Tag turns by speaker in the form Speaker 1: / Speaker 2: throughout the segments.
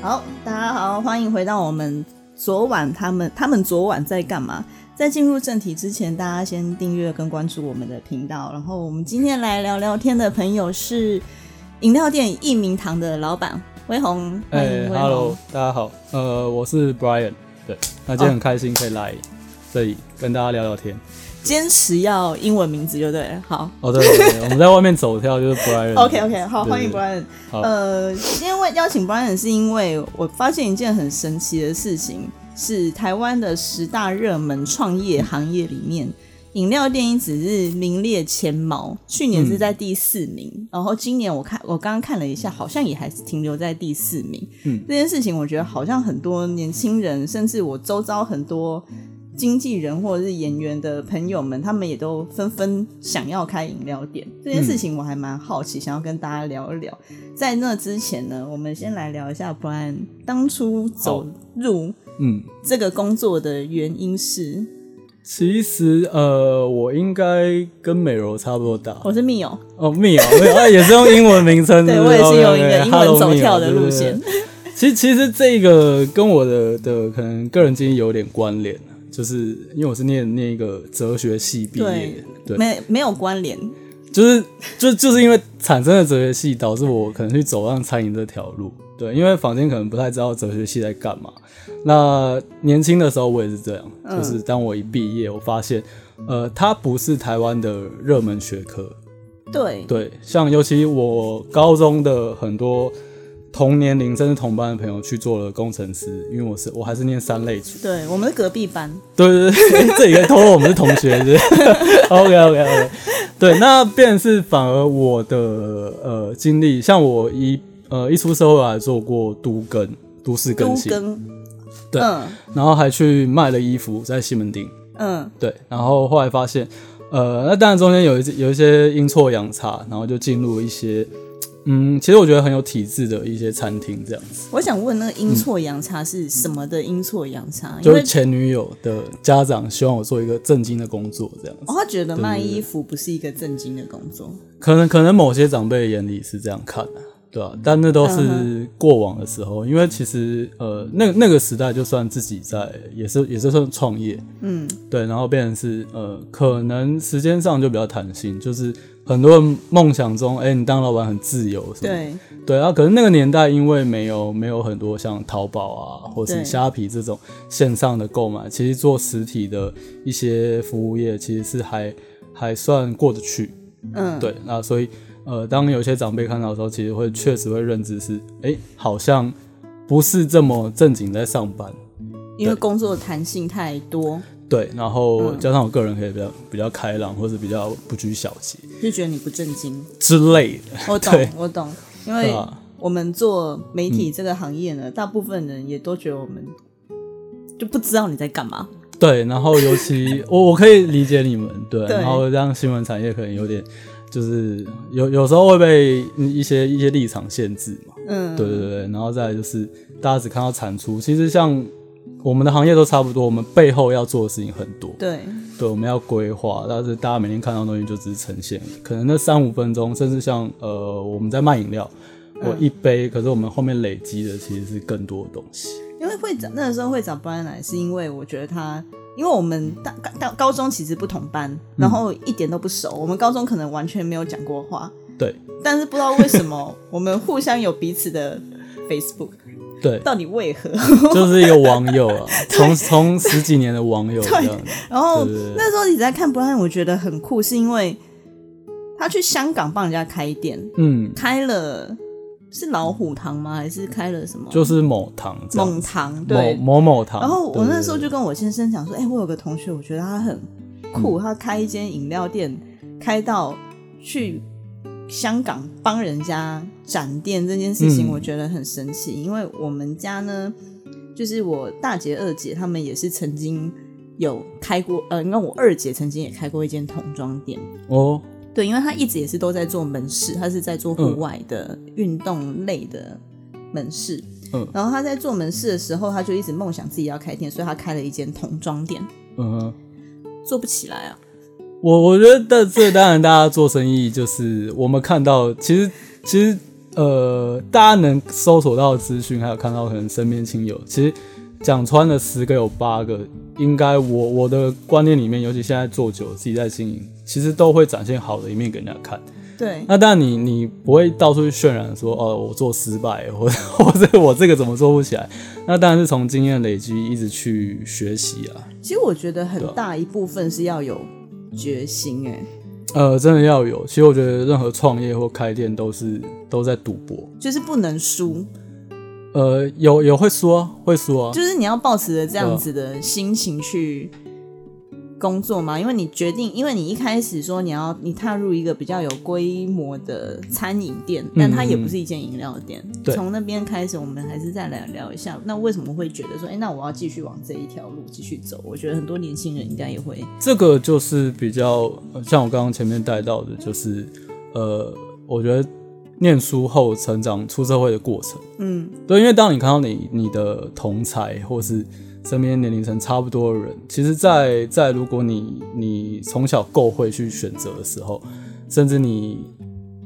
Speaker 1: 好，大家好，欢迎回到我们昨晚他们他们昨晚在干嘛？在进入正题之前，大家先订阅跟关注我们的频道。然后我们今天来聊聊天的朋友是饮料店一鸣堂的老板威宏，欢
Speaker 2: 哎
Speaker 1: 迎威
Speaker 2: ，Hello，
Speaker 1: 宏。
Speaker 2: 大家好，呃，我是 Brian，对，那今天很开心可以来这里跟大家聊聊天。
Speaker 1: 坚持要英文名字就对了。好
Speaker 2: 哦，对，对对我们在外面走跳就 是 Brian。
Speaker 1: ，OK OK，好，
Speaker 2: 对
Speaker 1: 欢迎。
Speaker 2: 对对
Speaker 1: Brian。
Speaker 2: 好，
Speaker 1: 呃，因为邀请 Brian 是因为我发现一件很神奇的事情，是台湾的十大热门创业行业里面，饮料店一直是名列前茅，去年是在第四名，然后今年我看我刚刚看了一下，好像也还是停留在第四名。
Speaker 2: 嗯，
Speaker 1: 这件事情我觉得好像很多年轻人，甚至我周遭很多。经纪人或者是演员的朋友们，他们也都纷纷想要开饮料店。这件事情我还蛮好奇，想要跟大家聊一聊。在那之前呢，我们先来聊一下 Brian 当初走入
Speaker 2: 嗯，
Speaker 1: 这个工作的原因是，
Speaker 2: 其实呃，我应该跟美柔差不多大。
Speaker 1: 我是密友，
Speaker 2: 哦，密友， 密友，啊也是用英文名称。
Speaker 1: 对
Speaker 2: 不哦
Speaker 1: 我也是用一
Speaker 2: 嗯 OK，OK，
Speaker 1: 个英
Speaker 2: Hello，
Speaker 1: 文走跳的
Speaker 2: 密友
Speaker 1: 路线。。
Speaker 2: 对对对其实，其实这个跟我的的可能个人经历有点关联，啊就是因为我是念念一个哲学系毕业
Speaker 1: 对
Speaker 2: 的，对，
Speaker 1: 没没有关联，
Speaker 2: 就是就就是因为产生了哲学系，导致我可能去走上餐饮这条路。对，因为坊间可能不太知道哲学系在干嘛。那年轻的时候我也是这样，就是当我一毕业，我发现，呃，它不是台湾的热门学科。
Speaker 1: 对
Speaker 2: 对，像尤其我高中的很多同年龄甚至同班的朋友去做了工程师，因为我是我还是念三类组。
Speaker 1: 对，我们是隔壁班，
Speaker 2: 对对对，这里可以透露我们是同学，是 OK OK OK。对，那变成是反而我的呃经历，像我一呃一出社会还做过都更、都市
Speaker 1: 都
Speaker 2: 更新，
Speaker 1: 跟，
Speaker 2: 对
Speaker 1: 嗯
Speaker 2: 然后还去卖了衣服在西门町。
Speaker 1: 嗯，
Speaker 2: 对，然后后来发现，呃，那当然中间有一有一些阴错阳差，然后就进入一些嗯，其实我觉得很有体制的一些餐厅这样子，
Speaker 1: 我想问那个阴错阳差是什么的阴错阳差？因
Speaker 2: 就
Speaker 1: 为
Speaker 2: 是前女友的家长希望我做一个正经的工作这样子。
Speaker 1: 哦，他觉得卖衣服不是一个正经的工作，
Speaker 2: 可能可能某些长辈眼里是这样看的、对啊，但那都
Speaker 1: 嗯
Speaker 2: 是过往的时候，因为其实呃，那那个时代就算自己在，也是也是算创业，
Speaker 1: 嗯，
Speaker 2: 对，然后变成是呃，可能时间上就比较弹性，就是很多人梦想中，哎、你当老板很自由什么的，
Speaker 1: 对
Speaker 2: 对啊，可能那个年代因为没有没有很多像淘宝啊或
Speaker 1: 对
Speaker 2: 是虾皮这种线上的购买，其实做实体的一些服务业其实是还还算过得去，
Speaker 1: 嗯，
Speaker 2: 对，那所以呃，当有些长辈看到的时候，其实会确实会认知是，哎、好像不是这么正经在上班。
Speaker 1: 因为工作弹性太多，
Speaker 2: 对，然后
Speaker 1: 嗯
Speaker 2: 加上我个人可以比较比较开朗，或者比较不拘小节
Speaker 1: 就觉得你不正 经。
Speaker 2: 之类的，
Speaker 1: 我懂
Speaker 2: 对，
Speaker 1: 我懂，因
Speaker 2: 对
Speaker 1: 为
Speaker 2: 吧？
Speaker 1: 我们做媒体这个行业
Speaker 2: 嗯
Speaker 1: 呢，大部分人也都觉得我们就不知道你在干嘛。
Speaker 2: 对，然后 尤其我我可以理解你们，对，
Speaker 1: 对
Speaker 2: 然后让新闻产业可能有点就是有有时候会被一些一些立场限制嘛，
Speaker 1: 嗯，
Speaker 2: 对对对，对然后再来就是大家只看到产出，其实像我们的行业都差不多，我们背后要做的事情很多，
Speaker 1: 对
Speaker 2: 对，我们要规划，但是大家每天看到的东西就只是呈现，可能那三五分钟，甚至像呃我们在卖饮料，
Speaker 1: 嗯
Speaker 2: 我一杯，可是我们后面累积的其实是更多的东西，
Speaker 1: 因为会找那个时候会找 Brian 来，是因为我觉得他，因为我们大大高中其实不同班，
Speaker 2: 嗯
Speaker 1: 然后一点都不熟，我们高中可能完全没有讲过话，
Speaker 2: 对
Speaker 1: 但是不知道为什 么我们互相有彼此的 Facebook，，
Speaker 2: 对
Speaker 1: 到底为何？
Speaker 2: 就是一个网友啊，从 从十几年的网友这样子，
Speaker 1: 然后
Speaker 2: 对对对
Speaker 1: 那时候你在看 Brian，我觉得很酷，是因为他去香港帮人家开店，
Speaker 2: 嗯，
Speaker 1: 开了是老虎堂吗？还是开了什么？
Speaker 2: 就是某堂这样
Speaker 1: 猛
Speaker 2: 子，
Speaker 1: 堂
Speaker 2: 某
Speaker 1: 对。
Speaker 2: 某某堂，
Speaker 1: 然后我
Speaker 2: 对嗯
Speaker 1: 那时候就跟我先生讲说，哎、我有个同学，我觉得他很酷，他开一间饮料店，开到去香港帮人家展店这件事情，
Speaker 2: 嗯
Speaker 1: 我觉得很神奇，因为我们家呢，就是我大姐、二姐他们也是曾经有开过，呃，因为我二姐曾经也开过一间童装店，
Speaker 2: 哦，
Speaker 1: 对，因为他一直也是都在做门市，他是在做
Speaker 2: 嗯
Speaker 1: 户外的运动类的门市。
Speaker 2: 嗯
Speaker 1: 然后他在做门市的时候，他就一直梦想自己要开店，所以他开了一间童装店，
Speaker 2: 嗯哼。
Speaker 1: 做不起来啊。
Speaker 2: 我我觉得这当然，大家做生意就是我们看到，其实其实呃，大家能搜索到的资讯，还有看到可能身边亲友，其实讲穿了十个有八个，应该我我的观念里面，尤其现在做久，自己在经营，其实都会展现好的一面给人家看。
Speaker 1: 对，
Speaker 2: 那当然你你不会到处去渲染说哦，我做失败，或者或者我这个怎么做不起来？那当然是从经验累积，一直去学习啊。
Speaker 1: 其实我觉得很大一部分是要有决心、哎，
Speaker 2: 呃，真的要有。其实我觉得任何创业或开店都是都在赌博。
Speaker 1: 就是不能输，
Speaker 2: 呃，有有会输啊，会输啊。
Speaker 1: 就是你要保持着这样子的心情去工作嘛，因为你决定，因为你一开始说你要你踏入一个比较有规模的餐饮店，但它也不是一间饮料店。
Speaker 2: 对
Speaker 1: 从那边开始，我们还是再来聊一下，那为什么会觉得说，哎、那我要继续往这一条路继续走？我觉得很多年轻人应该也会，
Speaker 2: 这个就是比较呃像我刚刚前面带到的，就是呃，我觉得念书后成长出社会的过程，
Speaker 1: 嗯，
Speaker 2: 对，因为当你看到你你的同才或是身边年龄层差不多的人，其实在，在如果你你从小够会去选择的时候，甚至你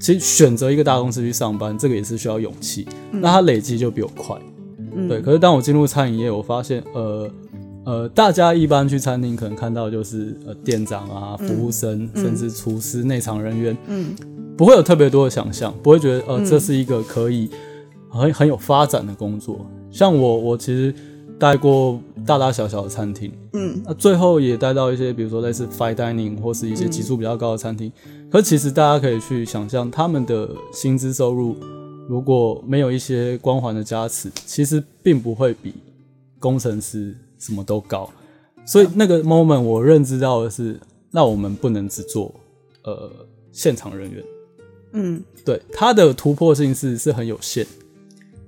Speaker 2: 其实选择一个大公司去上班，这个也是需要勇气，那他累积就比我快。
Speaker 1: 嗯
Speaker 2: 对，可是当我进入餐饮业，我发现，呃呃，大家一般去餐厅可能看到就是呃店长啊、服务生，甚至厨师、内场人员，
Speaker 1: 嗯，
Speaker 2: 不会有特别多的想象，不会觉得呃这是一个可以很很有发展的工作。像我，我其实待过大大小小的餐厅，
Speaker 1: 嗯，
Speaker 2: 那最后也待到一些比如说类似 fine dining 或是一些级数比较高的餐厅。可其实大家可以去想象，他们的薪资收入如果没有一些光环的加持，其实并不会比工程师什么都高。所以那个 moment 我认知到的是，那我们不能只做呃现场人员，
Speaker 1: 嗯，
Speaker 2: 对它的突破性是是很有限。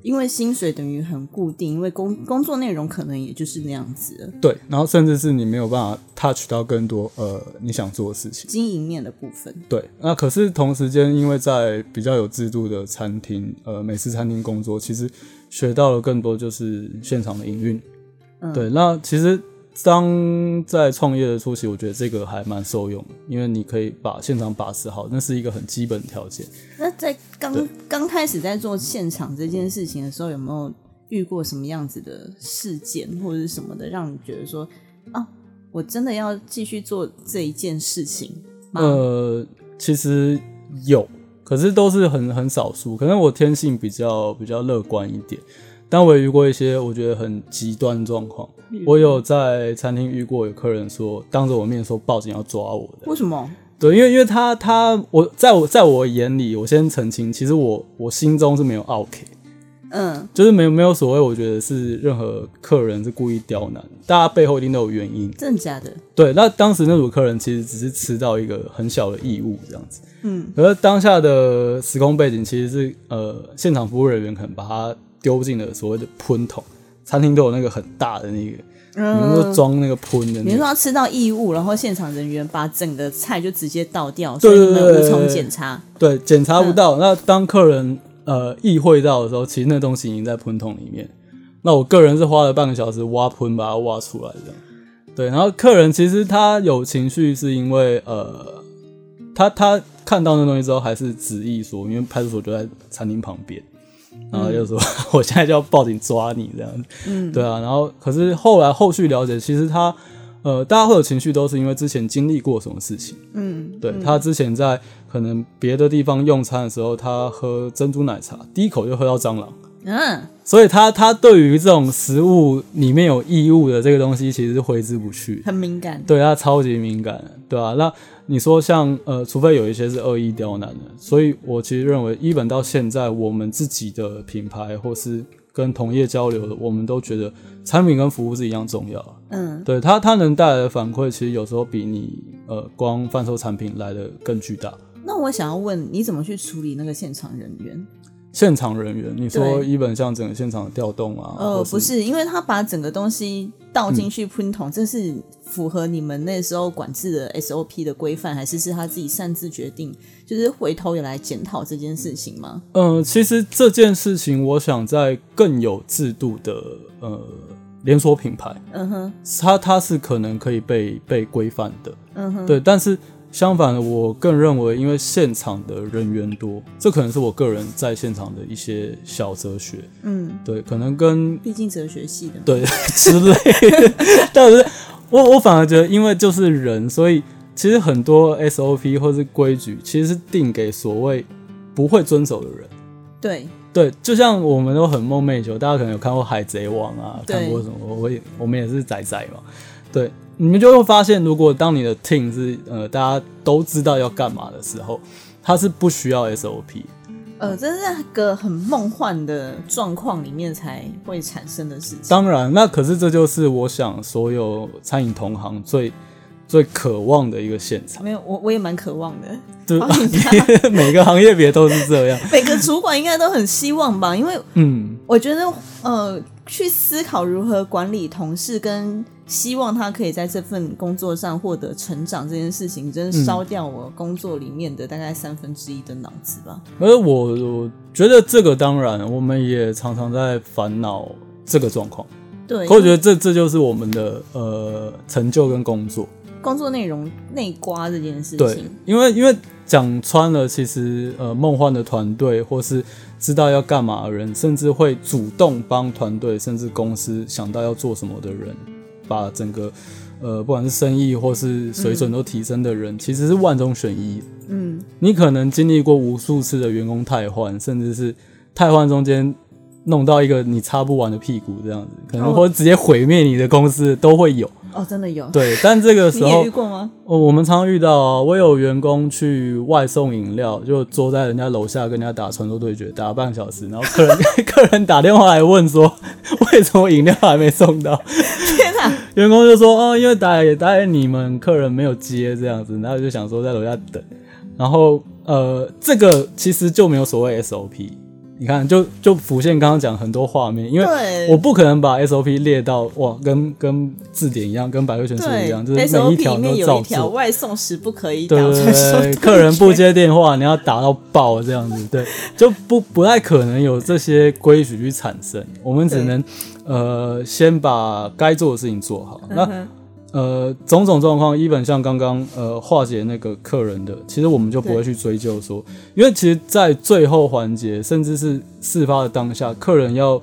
Speaker 1: 因为薪水等于很固定，因为工工作内容可能也就是那样子了
Speaker 2: 对，然后甚至是你没有办法 touch 到更多呃你想做的事情。
Speaker 1: 经营面的部分，
Speaker 2: 对，那可是同时间，因为在比较有制度的餐厅，呃，美式餐厅工作，其实学到了更多就是现场的营运。
Speaker 1: 嗯
Speaker 2: 对，那其实当在创业的初期，我觉得这个还蛮受用的，因为你可以把现场把持好，那是一个很基本的条件。
Speaker 1: 那在刚刚开始在做现场这件事情的时候，有没有遇过什么样子的事件或者是什么的，让你觉得说啊，我真的要继续做这一件事情吗？
Speaker 2: 呃，其实有，可是都是很很少数。可能我天性比较比较乐观一点，但我也遇过一些我觉得很极端的状况。我有在餐厅遇过有客人说，当着我面说报警要抓我的。
Speaker 1: 为什么？
Speaker 2: 对，因为因为他他我在我在我眼里，我先澄清，其实我我心中是没有 OK，
Speaker 1: 嗯
Speaker 2: 就是没有没有所谓，我觉得是任何客人是故意刁难，大家背后一定都有原因。
Speaker 1: 真的假的？
Speaker 2: 对，那当时那组客人其实只是吃到一个很小的异物这样子，
Speaker 1: 嗯，
Speaker 2: 可是当下的时空背景其实是呃，现场服务人员可能把它丢进了所谓的喷桶，餐厅都有那个很大的那个，你们说装那个喷的
Speaker 1: 嗯你
Speaker 2: 那
Speaker 1: 是
Speaker 2: 个
Speaker 1: 说，要吃到异物，然后现场人员把整个菜就直接倒掉，
Speaker 2: 对
Speaker 1: 所以你们
Speaker 2: 对对
Speaker 1: 无从
Speaker 2: 对
Speaker 1: 检查。
Speaker 2: 对，检查不到。那当客人呃意会到的时候，其实那东西已经在喷桶里面。那我个人是花了半个小时挖喷把它挖出来的，对。然后客人其实他有情绪，是因为呃，他他看到那东西之后，还是执意说，因为派出所就在餐厅旁边，然后就说、 我现在就要报警抓你这样子，嗯，对啊。然后可是后来后续了解，其实他呃，大家会有情绪，都是因为之前经历过什么事情。
Speaker 1: 嗯，
Speaker 2: 对他之前在可能别的地方用餐的时候，他喝珍珠奶茶，第一口就喝到蟑螂，
Speaker 1: 嗯，
Speaker 2: 所以他他对于这种食物里面有异物的这个东西，其实是挥之不去的。
Speaker 1: 很敏感。
Speaker 2: 对他超级敏感的，对啊，那你说像呃，除非有一些是恶意刁难的，所以我其实认为，一本到现在我们自己的品牌或是跟同业交流的，我们都觉得产品跟服务是一样重要的。啊
Speaker 1: 嗯，
Speaker 2: 对它它能带来的反馈，其实有时候比你呃光贩售产品来的更巨大。
Speaker 1: 那我想要问，你怎么去处理那个现场人员？
Speaker 2: 现场人员，你说
Speaker 1: 对
Speaker 2: 一本像整个现场的调动啊，
Speaker 1: 呃，
Speaker 2: 或嗯
Speaker 1: 不是，因为他把整个东西倒进去喷桶，这是符合你们那时候管制的 SOP 的规范，还是是他自己擅自决定？就是回头也来检讨这件事情吗？
Speaker 2: 嗯，其实这件事情，我想在更有制度的呃连锁品牌，
Speaker 1: 嗯哼，
Speaker 2: 它它是可能可以被被规范的，
Speaker 1: 嗯哼，
Speaker 2: 对。但是相反的，我更认为，因为现场的人员多，这可能是我个人在现场的一些小哲学。
Speaker 1: 嗯，
Speaker 2: 对，可能跟
Speaker 1: 毕竟哲学系的，
Speaker 2: 对 之类的。但是我我反而觉得，因为就是人，所以其实很多 SOP 或是规矩，其实是定给所谓不会遵守的人。
Speaker 1: 对，
Speaker 2: 对，就像我们都很梦寐以求，大家可能有看过《海贼王》啊，
Speaker 1: 对
Speaker 2: 看过什么，我也我们也是仔仔嘛。对，你们就会发现，如果当你的 team 是呃大家都知道要干嘛的时候，它是不需要 SOP。
Speaker 1: 呃，这是个很梦幻的状况里面才会产生的事情。
Speaker 2: 当然，那可是这就是我想所有餐饮同行最最渴望的一个现场，
Speaker 1: 没有，我我也蛮渴望的。
Speaker 2: 对吧
Speaker 1: 欢 迎大？
Speaker 2: 每个行业别都是这样。
Speaker 1: 每个主管应该都很希望吧，因为
Speaker 2: 嗯，
Speaker 1: 我觉得，呃，去思考如何管理同事，跟希望他可以在这份工作上获得成长这件事情，真是烧掉我工作里面的大概三分之一的脑子吧。
Speaker 2: 而我我觉得这个当然，我们也常常在烦恼这个状况。
Speaker 1: 对，
Speaker 2: 可我觉得这这就是我们的呃成就跟工作，
Speaker 1: 工作内容内瓜这件事
Speaker 2: 对
Speaker 1: 情，，
Speaker 2: 因为因为讲穿了，其实呃梦幻的团队或是知道要干嘛的人，甚至会主动帮团队甚至公司想到要做什么的人，把整个呃不管是生意或是水准都提升的人，其实是万中选一。
Speaker 1: 嗯，
Speaker 2: 你可能经历过无数次的员工汰换，甚至是汰换中间弄到一个你擦不完的屁股这样子，可能
Speaker 1: 哦
Speaker 2: 或者直接毁灭你的公司都会有。
Speaker 1: 哦，真的有，
Speaker 2: 对，但这个
Speaker 1: 你
Speaker 2: 时
Speaker 1: 也
Speaker 2: 候
Speaker 1: 遇过 吗？
Speaker 2: 哦，我们常常遇到、啊，我有员工去外送饮料，就坐在人家楼下跟人家打传说对决，打半小时，然后客人 客人打电话来问说， 为什么饮料还没送到？
Speaker 1: 天哪，
Speaker 2: 员工就说，哦，因为打也打给你们客人没有接这样子，然后就想说在楼下等，然后呃，这个其实就没有所谓 SOP，你看就就浮现刚刚讲很多画面，因为。
Speaker 1: 对，
Speaker 2: 我不可能把 SOP 列到哇，跟跟字典一样，跟百科全书一
Speaker 1: 对
Speaker 2: 样，就是每一
Speaker 1: SOP
Speaker 2: 条
Speaker 1: 里面
Speaker 2: 都
Speaker 1: 有
Speaker 2: 照
Speaker 1: 一条
Speaker 2: 做。
Speaker 1: 外送时不可以打
Speaker 2: 对
Speaker 1: 传说对决
Speaker 2: 客人不，接电话，你要打到爆这样子，对，就不不太可能有这些规矩去产生。我们只
Speaker 1: 对
Speaker 2: 能呃先把该做的事情做好。那
Speaker 1: 嗯哼
Speaker 2: 呃种种状况，一本像刚刚呃化解那个客人的，其实我们就不会
Speaker 1: 对
Speaker 2: 去追究说，因为其实，在最后环节，甚至是事发的当下，客人要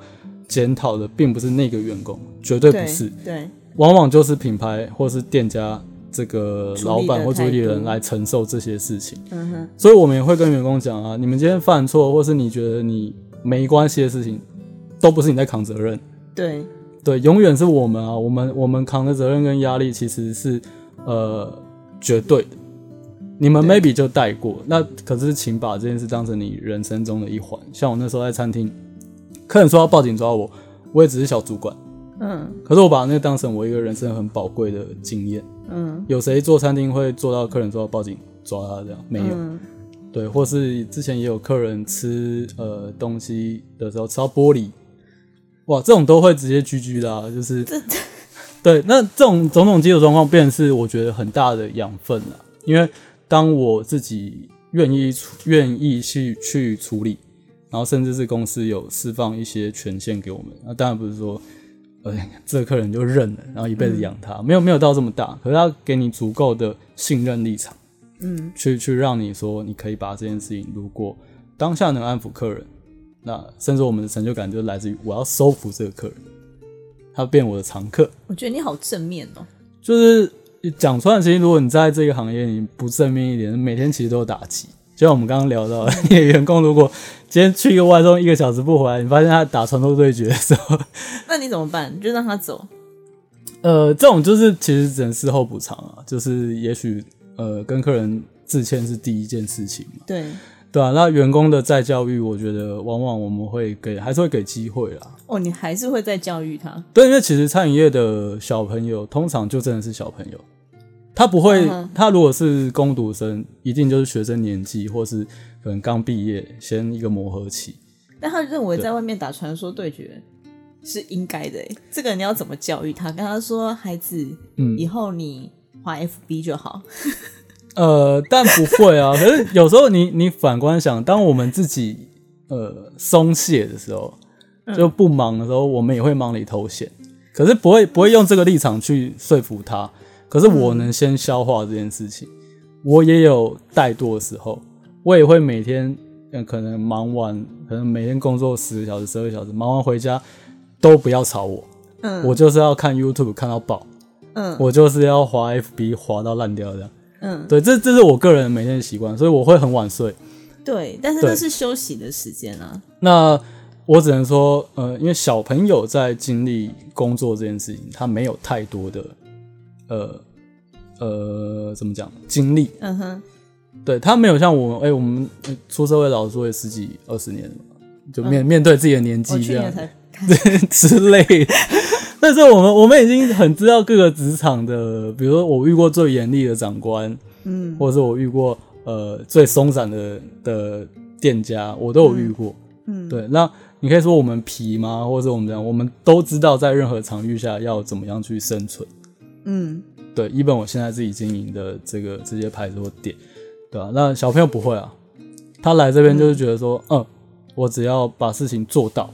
Speaker 2: 检讨的并不是那个员工，绝对不是，
Speaker 1: 对对
Speaker 2: 往往就是品牌或是店家这个老板或主理
Speaker 1: 处理的态
Speaker 2: 人
Speaker 1: 度
Speaker 2: 来承受这些事情，
Speaker 1: 嗯哼，
Speaker 2: 所以我们也会跟员工讲啊，你们今天犯错，或是你觉得你没关系的事情，都不是你在扛责任，
Speaker 1: 对
Speaker 2: 对，永远是我们啊，我们我们扛的责任跟压力其实是呃绝对的，你们
Speaker 1: 对
Speaker 2: maybe 就带过，那可是请把这件事当成你人生中的一环。像我那时候在餐厅，客人说要报警抓我，我也只是小主管，
Speaker 1: 嗯
Speaker 2: 可是我把那个当成我一个人生很宝贵的经验。
Speaker 1: 嗯
Speaker 2: 有谁做餐厅会做到客人说要报警抓他这样？没有，
Speaker 1: 嗯
Speaker 2: 对，或是之前也有客人吃呃东西的时候吃到玻璃，哇，这种都会直接居居的、啊，就是
Speaker 1: 这这
Speaker 2: 对。那这种种种基础状况，便是我觉得很大的养分了、因为当我自己愿意处愿意去去处理，然后甚至是公司有释放一些权限给我们，那当然不是说。呃， 这个客人就认了，然后一辈子养他，没有没有到这么大，可是他给你足够的信任立场，
Speaker 1: 嗯
Speaker 2: 去去让你说，你可以把这件事情，如果当下能安抚客人，那甚至我们的成就感就来自于我要收服这个客人，他变我的常客。
Speaker 1: 我觉得你好正面哦。
Speaker 2: 就是讲穿了，其实如果你在这个行业你不正面一点，每天其实都有打击。就像我们刚刚聊到的，你的员工如果今天去一个外送一个小时不回来，你发现他打传说对决的时候，
Speaker 1: 那你怎么办？就让他走。
Speaker 2: 呃，这种就是其实只能事后补偿啊，就是也许呃跟客人致歉是第一件事情嘛。
Speaker 1: 对，
Speaker 2: 对啊，那员工的再教育，我觉得往往我们会给，还是会给机会啦。
Speaker 1: 哦，你还是会再教育他。
Speaker 2: 对，因为其实餐饮业的小朋友，通常就真的是小朋友，他不会，
Speaker 1: 嗯哼
Speaker 2: 他如果是攻读生，一定就是学生年纪，或是可能刚毕业，先一个磨合期。
Speaker 1: 但他认为在外面打传说对决是应该的欸，这个你要怎么教育他？跟他说，孩子，
Speaker 2: 嗯
Speaker 1: 以后你滑 FB 就好。
Speaker 2: 呃，但不会啊。可 是有时候你你反观想，当我们自己呃松懈的时候，
Speaker 1: 嗯
Speaker 2: 就不忙的时候，我们也会忙里偷闲。可是不会不会用这个立场去说服他。可是我能先消化这件事情，我也有怠惰的时候，我也会每天，嗯，可能忙完，可能每天工作十个小时、十二个小时，忙完回家都不要吵我，
Speaker 1: 嗯
Speaker 2: 我就是要看 YouTube 看到爆，
Speaker 1: 嗯
Speaker 2: 我就是要滑 FB 滑到烂掉这样。
Speaker 1: 嗯，
Speaker 2: 对，这这是我个人每天的习惯，所以我会很晚睡。
Speaker 1: 对，但是
Speaker 2: 对
Speaker 1: 那是休息的时间啊。
Speaker 2: 那我只能说，呃，因为小朋友在经历工作这件事情，他没有太多的，呃呃，怎么讲经历？
Speaker 1: 嗯哼，
Speaker 2: 对他没有像我们，哎、我们呃出社会老师也十几二十年了嘛，就面、面对自己的年纪
Speaker 1: 嗯我去
Speaker 2: 这样
Speaker 1: 年才
Speaker 2: 之类的。但是我们我们已经很知道各个职场的，比如说我遇过最严厉的长官，
Speaker 1: 嗯
Speaker 2: 或者是我遇过呃最松散的的店家，我都有遇过。
Speaker 1: 嗯，
Speaker 2: 对，那你可以说我们皮吗？或者我们这样，我们都知道在任何场域下要怎么样去生存。
Speaker 1: 嗯
Speaker 2: 对，一本我现在自己经营的这个这些牌子或店，对吧、那小朋友不会啊，他来这边就是觉得说，嗯我只要把事情做到，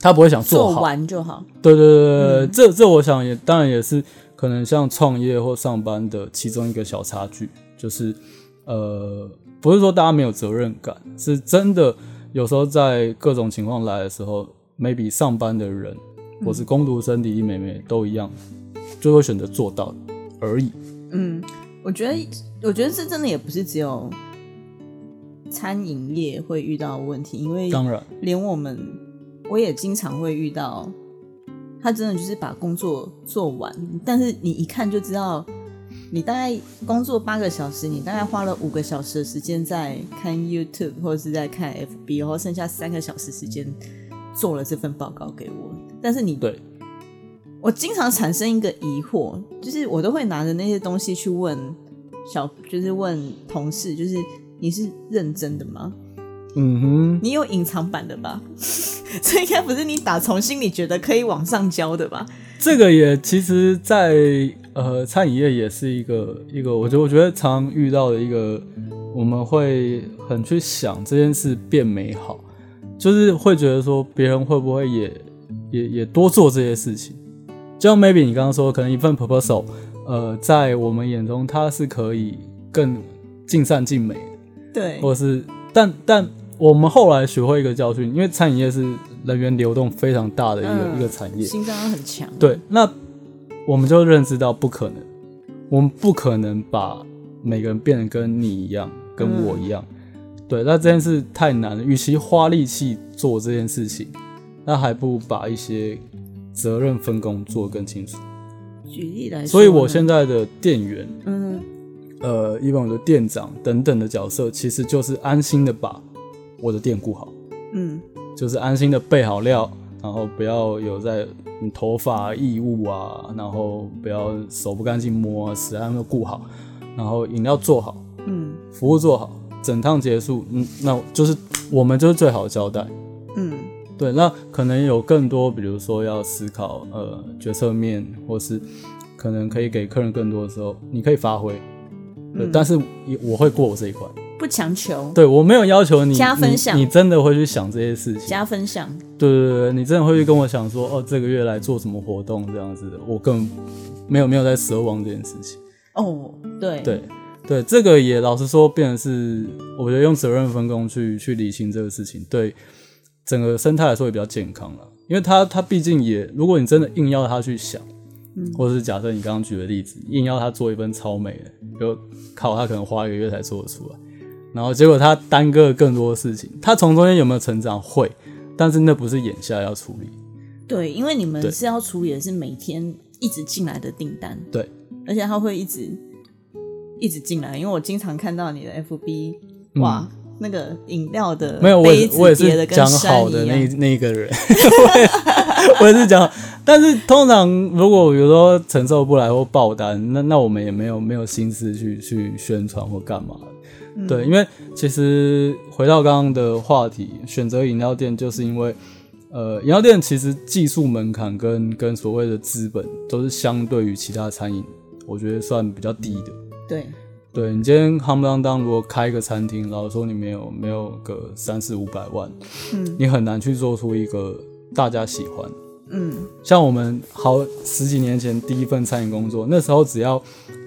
Speaker 2: 他不会想
Speaker 1: 做
Speaker 2: 好。
Speaker 1: 完就好。
Speaker 2: 对对对对，对这这我想也当然也是可能像创业或上班的其中一个小差距，就是呃，不是说大家没有责任感，是真的有时候在各种情况来的时候，maybe 上班的人或是工读生、弟弟妹妹都一样，就会选择做到而已。
Speaker 1: 嗯，我觉得，我觉得这真的也不是只有餐饮业会遇到的问题，因为
Speaker 2: 当然，
Speaker 1: 连我们我也经常会遇到，他真的就是把工作做完，但是你一看就知道，你大概工作八个小时，你大概花了五个小时的时间在看 YouTube 或者是在看 FB，然后剩下三个小时时间做了这份报告给我，但是你
Speaker 2: 对，
Speaker 1: 我经常产生一个疑惑，就是我都会拿着那些东西去问小，就是问同事，就是你是认真的吗？
Speaker 2: 嗯哼，
Speaker 1: 你有隐藏版的吧？ 这应该不是你打从心里觉得可以往上交的吧？
Speaker 2: 这个也其实在，呃餐饮业也是一个一个，我觉得我觉得常遇到的一个，我们会很去想这件事变美好，就是会觉得说别人会不会也也也多做这些事情，就像 maybe 你刚刚说，可能一份 proposal，呃，在我们眼中它是可以更尽善尽美的，
Speaker 1: 对，
Speaker 2: 或是但但我们后来学会一个教训，因为餐饮业是人员流动非常大的一个、
Speaker 1: 嗯
Speaker 2: 一个产业，
Speaker 1: 心脏很强。
Speaker 2: 对，那我们就认知到不可能，我们不可能把每个人变得跟你一样，跟我一样。对，那这件事太难了。与其花力气做这件事情，那还不如把一些责任分工做得更清楚。
Speaker 1: 举例来说呢，
Speaker 2: 所以我现在的店员，
Speaker 1: 嗯
Speaker 2: 呃，一般我的店长等等的角色，其实就是安心的把我的店顾好。
Speaker 1: 嗯
Speaker 2: 就是安心的备好料，然后不要有在你头发异物啊，然后不要手不干净摸啊，食安要顾好，然后饮料做好，
Speaker 1: 嗯
Speaker 2: 服务做好，整趟结束，嗯，那就是我们就是最好的交代。
Speaker 1: 嗯
Speaker 2: 对，那可能有更多，比如说要思考呃决策面，或是可能可以给客人更多的时候，你可以发挥。对，但是也我会过我这一关，
Speaker 1: 不强求，
Speaker 2: 对我没有要求你
Speaker 1: 加分
Speaker 2: 你
Speaker 1: 项
Speaker 2: 你真的会去想这些事情，
Speaker 1: 加分项。
Speaker 2: 对对对，你真的会去跟我想说，哦，这个月来做什么活动这样子的，我根本没有没有在奢望这件事情。
Speaker 1: 哦，对
Speaker 2: 对对，这个也老实说，变成是我觉得用责任分工去去理清这个事情，对整个生态来说也比较健康了。因为他他毕竟也，如果你真的硬要他去想，或者是假设你刚刚举的例子，硬要他做一份超美的，就靠他可能花一个月才做得出来，然后结果他耽搁了更多的事情，他从中间有没有成长会，但是那不是眼下要处理。
Speaker 1: 对，因为你们
Speaker 2: 对
Speaker 1: 是要处理的是每天一直进来的订单，
Speaker 2: 对，
Speaker 1: 而且他会一直一直进来，因为我经常看到你的 FB，哇，那个饮料的
Speaker 2: 嗯没有，我
Speaker 1: 杯
Speaker 2: 也
Speaker 1: 子
Speaker 2: 我也
Speaker 1: 叠得
Speaker 2: 是
Speaker 1: 跟
Speaker 2: 讲
Speaker 1: 山
Speaker 2: 好
Speaker 1: 一
Speaker 2: 的
Speaker 1: 样
Speaker 2: 那那一个人， 我也我也是讲好。但是通常如果有时候承受不来或爆单，那那我们也没有没有心思去去宣传或干嘛。
Speaker 1: 嗯
Speaker 2: 对，因为其实回到刚刚的话题，选择饮料店就是因为，呃，饮料店其实技术门槛跟跟所谓的资本都是相对于其他餐饮，我觉得算比较低的。
Speaker 1: 对，
Speaker 2: 对你今天夯不啷当，如果开一个餐厅，老实说你没有没有个三四五百万，
Speaker 1: 嗯，
Speaker 2: 你很难去做出一个大家喜欢。
Speaker 1: 嗯
Speaker 2: 像我们好十几年前第一份餐饮工作，那时候只要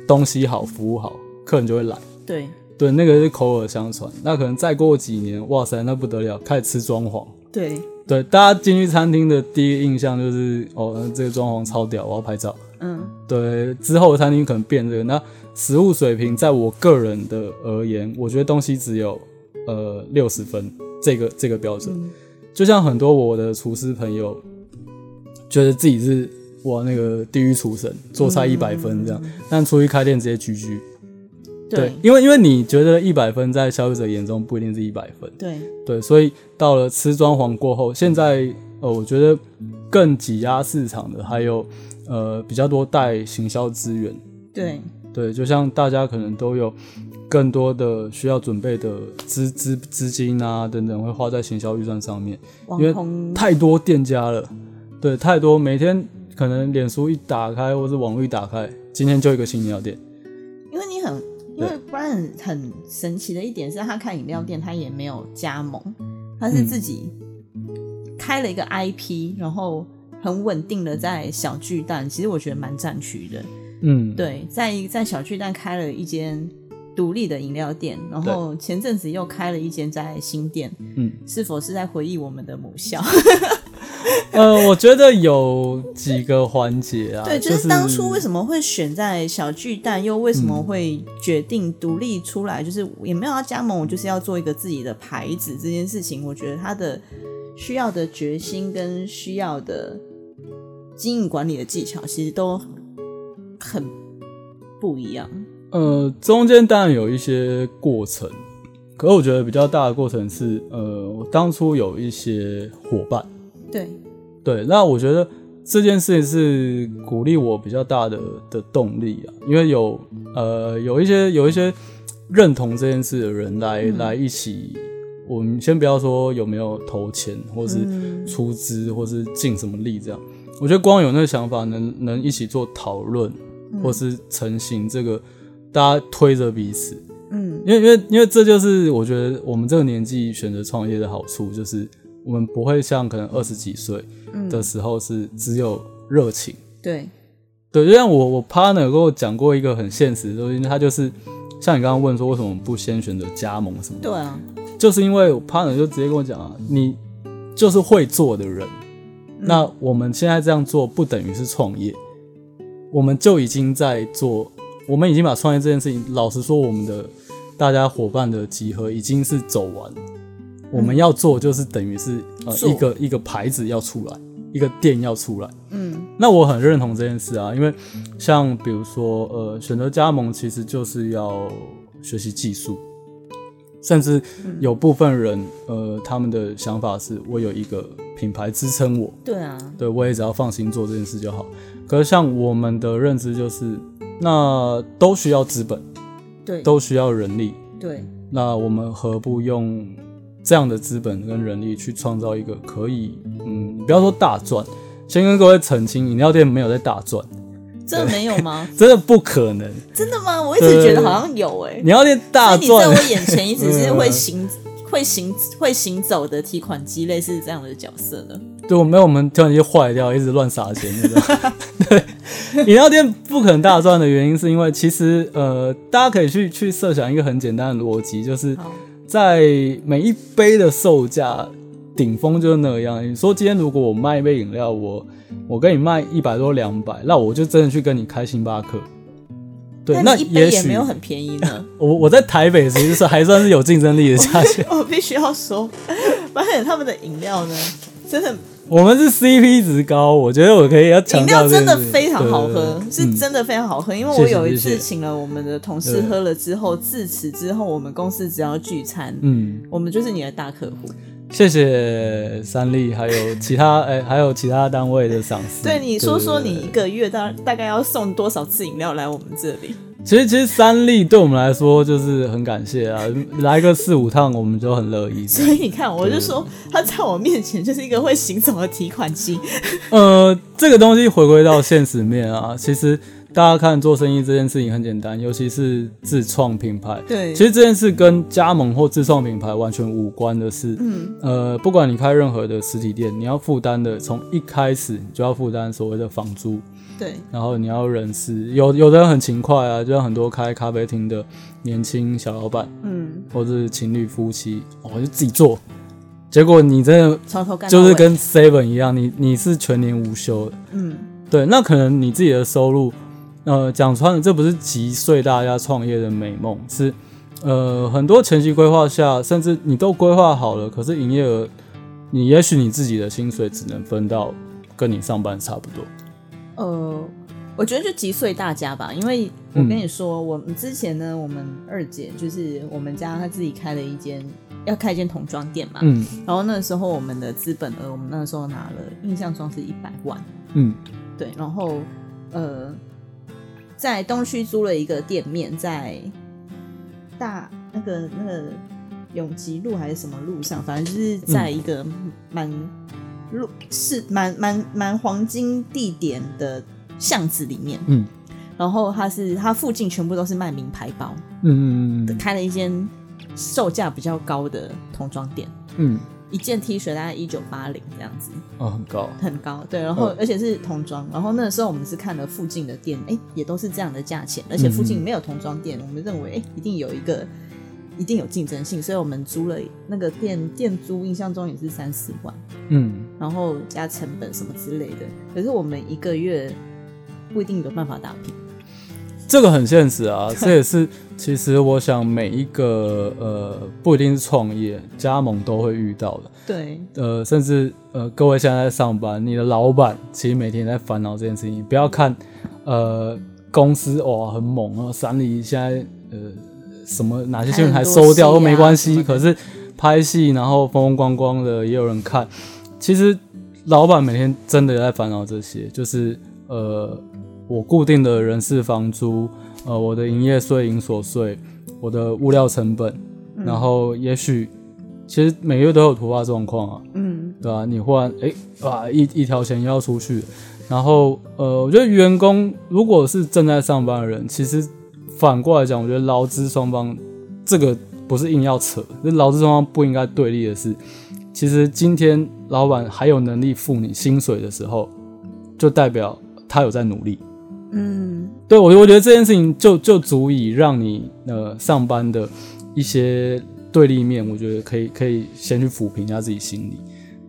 Speaker 2: 东西好、服务好、客人就会来。
Speaker 1: 对，
Speaker 2: 对，那个是口耳相传。那可能再过几年，哇塞，那不得了，开始吃装潢。
Speaker 1: 对，
Speaker 2: 对，大家进去餐厅的第一印象就是，哦，那这个装潢超屌，我要拍照。
Speaker 1: 嗯，
Speaker 2: 对，之后的餐厅可能变这个。那食物水平，在我个人的而言，我觉得东西只有呃六十分这个这个标准。就像很多我的厨师朋友，觉得自己是哇那个地狱厨神，做菜一百分这样，但出去开店直接居居。
Speaker 1: 对，
Speaker 2: 因为因为你觉得一百分在消费者眼中不一定是一百分，
Speaker 1: 对，
Speaker 2: 对，所以到了吃装潢过后，现在呃，我觉得更挤压市场的还有呃比较多带行销资源，
Speaker 1: 对，
Speaker 2: 对，就像大家可能都有更多的需要准备的资资资金啊等等，会花在行销预算上面，
Speaker 1: 网
Speaker 2: 因为
Speaker 1: 红，
Speaker 2: 太多店家了，对，太多，每天可能脸书一打开或是网络一打开，今天就一个新饮料店，
Speaker 1: 因为你很，因为 Brian 很神奇的一点是他开饮料
Speaker 2: 嗯
Speaker 1: 店，他也没有加盟，他是自己开了一个 IP，然后很稳定的在小巨蛋，其实我觉得蛮战区的。
Speaker 2: 嗯，
Speaker 1: 对，在在小巨蛋开了一间独立的饮料店，然后前阵子又开了一间在新店，
Speaker 2: 嗯，
Speaker 1: 是否是在回忆我们的母校？
Speaker 2: 呃，我觉得有几个环节啊，
Speaker 1: 对，
Speaker 2: 就
Speaker 1: 就是当初为
Speaker 2: 么
Speaker 1: 什么会选在小巨蛋，又为什么会决定独立出来，就是也没有要加盟，我就是要做一个自己的牌子这件事情，我觉得他的需要的决心跟需要的经营管理的技巧，其实都很不一样。
Speaker 2: 呃，中间当然有一些过程，可是我觉得比较大的过程是，呃，我当初有一些伙伴，
Speaker 1: 对，
Speaker 2: 对，那我觉得这件事情是鼓励我比较大的的动力啊，因为有呃有一些有一些认同这件事的人来、来一起，我们先不要说有没有投钱，或是出资，或是尽什么力这样，我觉得光有那个想法能，能一起做讨论，或是成型这个，大家推着彼此，
Speaker 1: 嗯，
Speaker 2: 因为因为因为这就是我觉得我们这个年纪选择创业的好处，就是我们不会像可能二十几岁的时候是只有热情。
Speaker 1: 嗯对，
Speaker 2: 对，就像我我 partner 跟我讲过一个很现实的东西，他就是像你刚刚问说为什么不先选择加盟什么的，
Speaker 1: 对啊，
Speaker 2: 就是因为我 partner 就直接跟我讲啊，你就是会做的人，
Speaker 1: 嗯
Speaker 2: 那我们现在这样做不等于是创业，我们就已经在做，我们已经把创业这件事情，老实说，我们的大家伙伴的集合已经是走完，我们要做就是等于是呃
Speaker 1: 嗯做
Speaker 2: 一个一个牌子要出来，一个店要出来。
Speaker 1: 嗯，
Speaker 2: 那我很认同这件事啊，因为像比如说，呃，选择加盟其实就是要学习技术，甚至有部分人，呃，他们的想法是我有一个品牌支撑我，
Speaker 1: 对啊，
Speaker 2: 对我也只要放心做这件事就好。可是像我们的认知就是，那都需要资本，
Speaker 1: 对，
Speaker 2: 都需要人力，
Speaker 1: 对，
Speaker 2: 那我们何不用这样的资本跟人力去创造一个可以，嗯，不要说大赚，先跟各位澄清，饮料店没有在大赚，
Speaker 1: 真的没有吗？
Speaker 2: 真的不可能。
Speaker 1: 真的吗？我一直觉得好像有哎、
Speaker 2: 饮料店大
Speaker 1: 那你在
Speaker 2: 赚
Speaker 1: 我，眼前一直是
Speaker 2: 嗯
Speaker 1: 会行、会行、会行走的提款机，类似这样的角色的。
Speaker 2: 对，我没有，我们突然间坏掉，一直乱撒钱那种。对，饮料店不可能大赚的原因是因为其实呃，大家可以去去设想一个很简单的逻辑，就是
Speaker 1: 好，
Speaker 2: 在每一杯的售价顶峰就是那样。你说今天如果我卖一杯饮料，我我跟你卖一百多两百，那我就真的去跟你开星巴克。对，那
Speaker 1: 但一杯
Speaker 2: 也
Speaker 1: 也
Speaker 2: 许
Speaker 1: 没有很便宜呢。
Speaker 2: 我我在台北其实是还算是有竞争力的价钱。
Speaker 1: 我必须要说， 发现他们的饮料呢，真的
Speaker 2: 我们是 CP 值高，我觉得我可以要强
Speaker 1: 饮
Speaker 2: 调
Speaker 1: 料
Speaker 2: 这件
Speaker 1: 真
Speaker 2: 事
Speaker 1: 的非常好喝，
Speaker 2: 对对对
Speaker 1: 是
Speaker 2: 嗯
Speaker 1: 真的非常好喝。因为
Speaker 2: 谢
Speaker 1: 我
Speaker 2: 谢
Speaker 1: 有一
Speaker 2: 谢
Speaker 1: 次
Speaker 2: 谢
Speaker 1: 请了我们的同事
Speaker 2: 对
Speaker 1: 喝了之后，自此之后，我们公司只要聚餐，
Speaker 2: 嗯。
Speaker 1: 我们就是你的大客户。
Speaker 2: 谢谢三立，还有其他哎、还有其他单位的赏识。
Speaker 1: 对，你说说
Speaker 2: 对
Speaker 1: 你一个月大大概要送多少次饮料来我们这里？
Speaker 2: 其实其实三立对我们来说就是很感谢啊，来个四五趟我们就很乐意。
Speaker 1: 所以你看，我就说他在我面前就是一个会行走的提款机。
Speaker 2: 呃，这个东西回归到现实面啊，其实大家看做生意这件事情很简单，尤其是自创品牌。
Speaker 1: 对，
Speaker 2: 其实这件事跟加盟或自创品牌完全无关的是，
Speaker 1: 嗯，
Speaker 2: 呃，不管你开任何的实体店，你要负担的从一开始你就要负担所谓的房租，
Speaker 1: 对，
Speaker 2: 然后你要人事。有有的人很勤快啊，就像很多开咖啡厅的年轻小老板，
Speaker 1: 嗯，
Speaker 2: 或者是情侣夫妻，我、哦、就自己做，结果你真的
Speaker 1: 从头干到
Speaker 2: 就是
Speaker 1: 尾
Speaker 2: 跟 Seven 一样，你你是全年无休的。
Speaker 1: 嗯
Speaker 2: 对，那可能你自己的收入，呃，讲穿了，这不是击碎大家创业的美梦，是呃很多前期规划下，甚至你都规划好了，可是营业额，你也许你自己的薪水只能分到跟你上班差不多。
Speaker 1: 呃，我觉得就击碎大家吧，因为我跟你说，我们之前呢，我们二姐就是我们家她自己开了一间。要开一间童装店嘛，
Speaker 2: 嗯
Speaker 1: 然后那时候我们的资本额，我们那时候拿了印象装是一百万，
Speaker 2: 嗯
Speaker 1: 对，然后呃，在东区租了一个店面，在大那个那个永吉路还是什么路上，反正就是在一个蛮路是蛮蛮蛮黄金地点的巷子里面，
Speaker 2: 嗯
Speaker 1: 然后它是它附近全部都是卖名牌包，
Speaker 2: 嗯嗯嗯
Speaker 1: 开了一间售价比较高的童装店。
Speaker 2: 嗯，
Speaker 1: 一件 T 恤大概一九八零这样子，
Speaker 2: 哦，很高。
Speaker 1: 很高，对，然后、
Speaker 2: 嗯
Speaker 1: 而且是童装，然后那时候我们是看了附近的店，哎，也都是这样的价钱，而且附近没有童装店，我们认为哎一定有一个一定有竞争性，所以我们租了那个店店租，印象中也是三四万，
Speaker 2: 嗯
Speaker 1: 然后加成本什么之类的，可是我们一个月不一定有办法打拼，
Speaker 2: 这个很现实啊，这也是其实我想每一个呃不一定是创业加盟都会遇到的。
Speaker 1: 对，
Speaker 2: 呃，甚至呃，各位现在在上班，你的老板其实每天也在烦恼这件事情。不要看，呃，公司哇很猛啊，三里现在呃什么哪些新闻还
Speaker 1: 还很多
Speaker 2: 收掉
Speaker 1: 戏
Speaker 2: 都没
Speaker 1: 啊
Speaker 2: 关
Speaker 1: 什
Speaker 2: 系，
Speaker 1: 么的
Speaker 2: 可是拍戏然后风风光光的也有人看。其实老板每天真的也在烦恼这些，就是呃，我固定的人事房租，呃，我的营业税、营所税，我的物料成本，然后也许其实每个月都有突发状况啊，
Speaker 1: 嗯，
Speaker 2: 对吧、你忽然哎哇一一条钱要出去，然后呃，我觉得员工如果是正在上班的人，其实反过来讲，我觉得劳资双方这个不是硬要扯，这劳资双方不应该对立的是，其实今天老板还有能力付你薪水的时候，就代表他有在努力。
Speaker 1: 嗯，
Speaker 2: 对我，我觉得这件事情就就足以让你呃上班的一些对立面，我觉得可以可以先去抚平一下自己心里。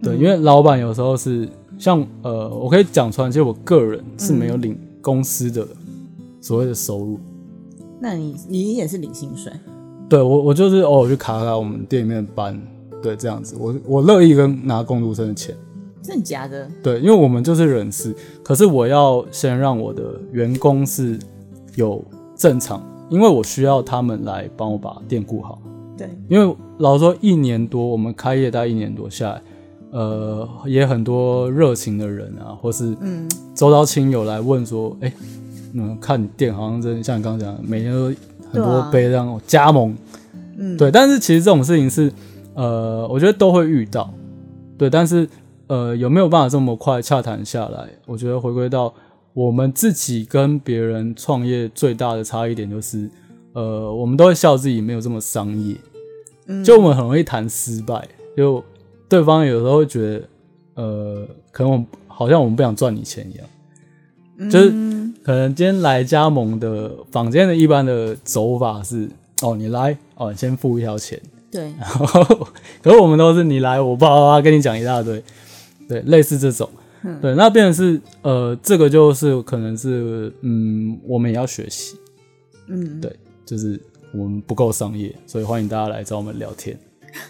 Speaker 2: 对，因为老板有时候是像呃，我可以讲出来，其实我个人是没有领公司的所谓的收入。
Speaker 1: 那你你也是领薪水，
Speaker 2: 对我，我就是偶尔去卡卡我们店里面的班，对，这样子，我我乐意跟拿工读生的钱。
Speaker 1: 真的假的？
Speaker 2: 对，因为我们就是人事，可是我要先让我的员工是有正常，因为我需要他们来帮我把店顾好。
Speaker 1: 对，
Speaker 2: 因为老实说一年多，我们开业大概一年多下来，呃，也很多热情的人啊，或是
Speaker 1: 嗯，
Speaker 2: 周遭亲友来问说，哎、嗯，看你店好像真的像你刚刚讲的，每天都很
Speaker 1: 对啊
Speaker 2: 多杯这样、加盟，
Speaker 1: 嗯
Speaker 2: 对，但是其实这种事情是，呃，我觉得都会遇到，对，但是呃，有没有办法这么快洽谈下来？我觉得回归到我们自己跟别人创业最大的差异点就是，呃，我们都会笑自己没有这么商业，
Speaker 1: 嗯
Speaker 2: 就我们很容易谈失败，就对方有时候会觉得，呃，可能我们好像我们不想赚你钱一样。就是
Speaker 1: 嗯
Speaker 2: 可能今天来加盟的坊间的一般的走法是，哦，你来，哦，你先付一条钱，
Speaker 1: 对，
Speaker 2: 然后可是我们都是你来我爸爸跟你讲一大堆，对，类似这种，
Speaker 1: 嗯
Speaker 2: 对，那变成是呃，这个就是可能是嗯，我们也要学习，
Speaker 1: 嗯，
Speaker 2: 对，就是我们不够商业，所以欢迎大家来找我们聊天。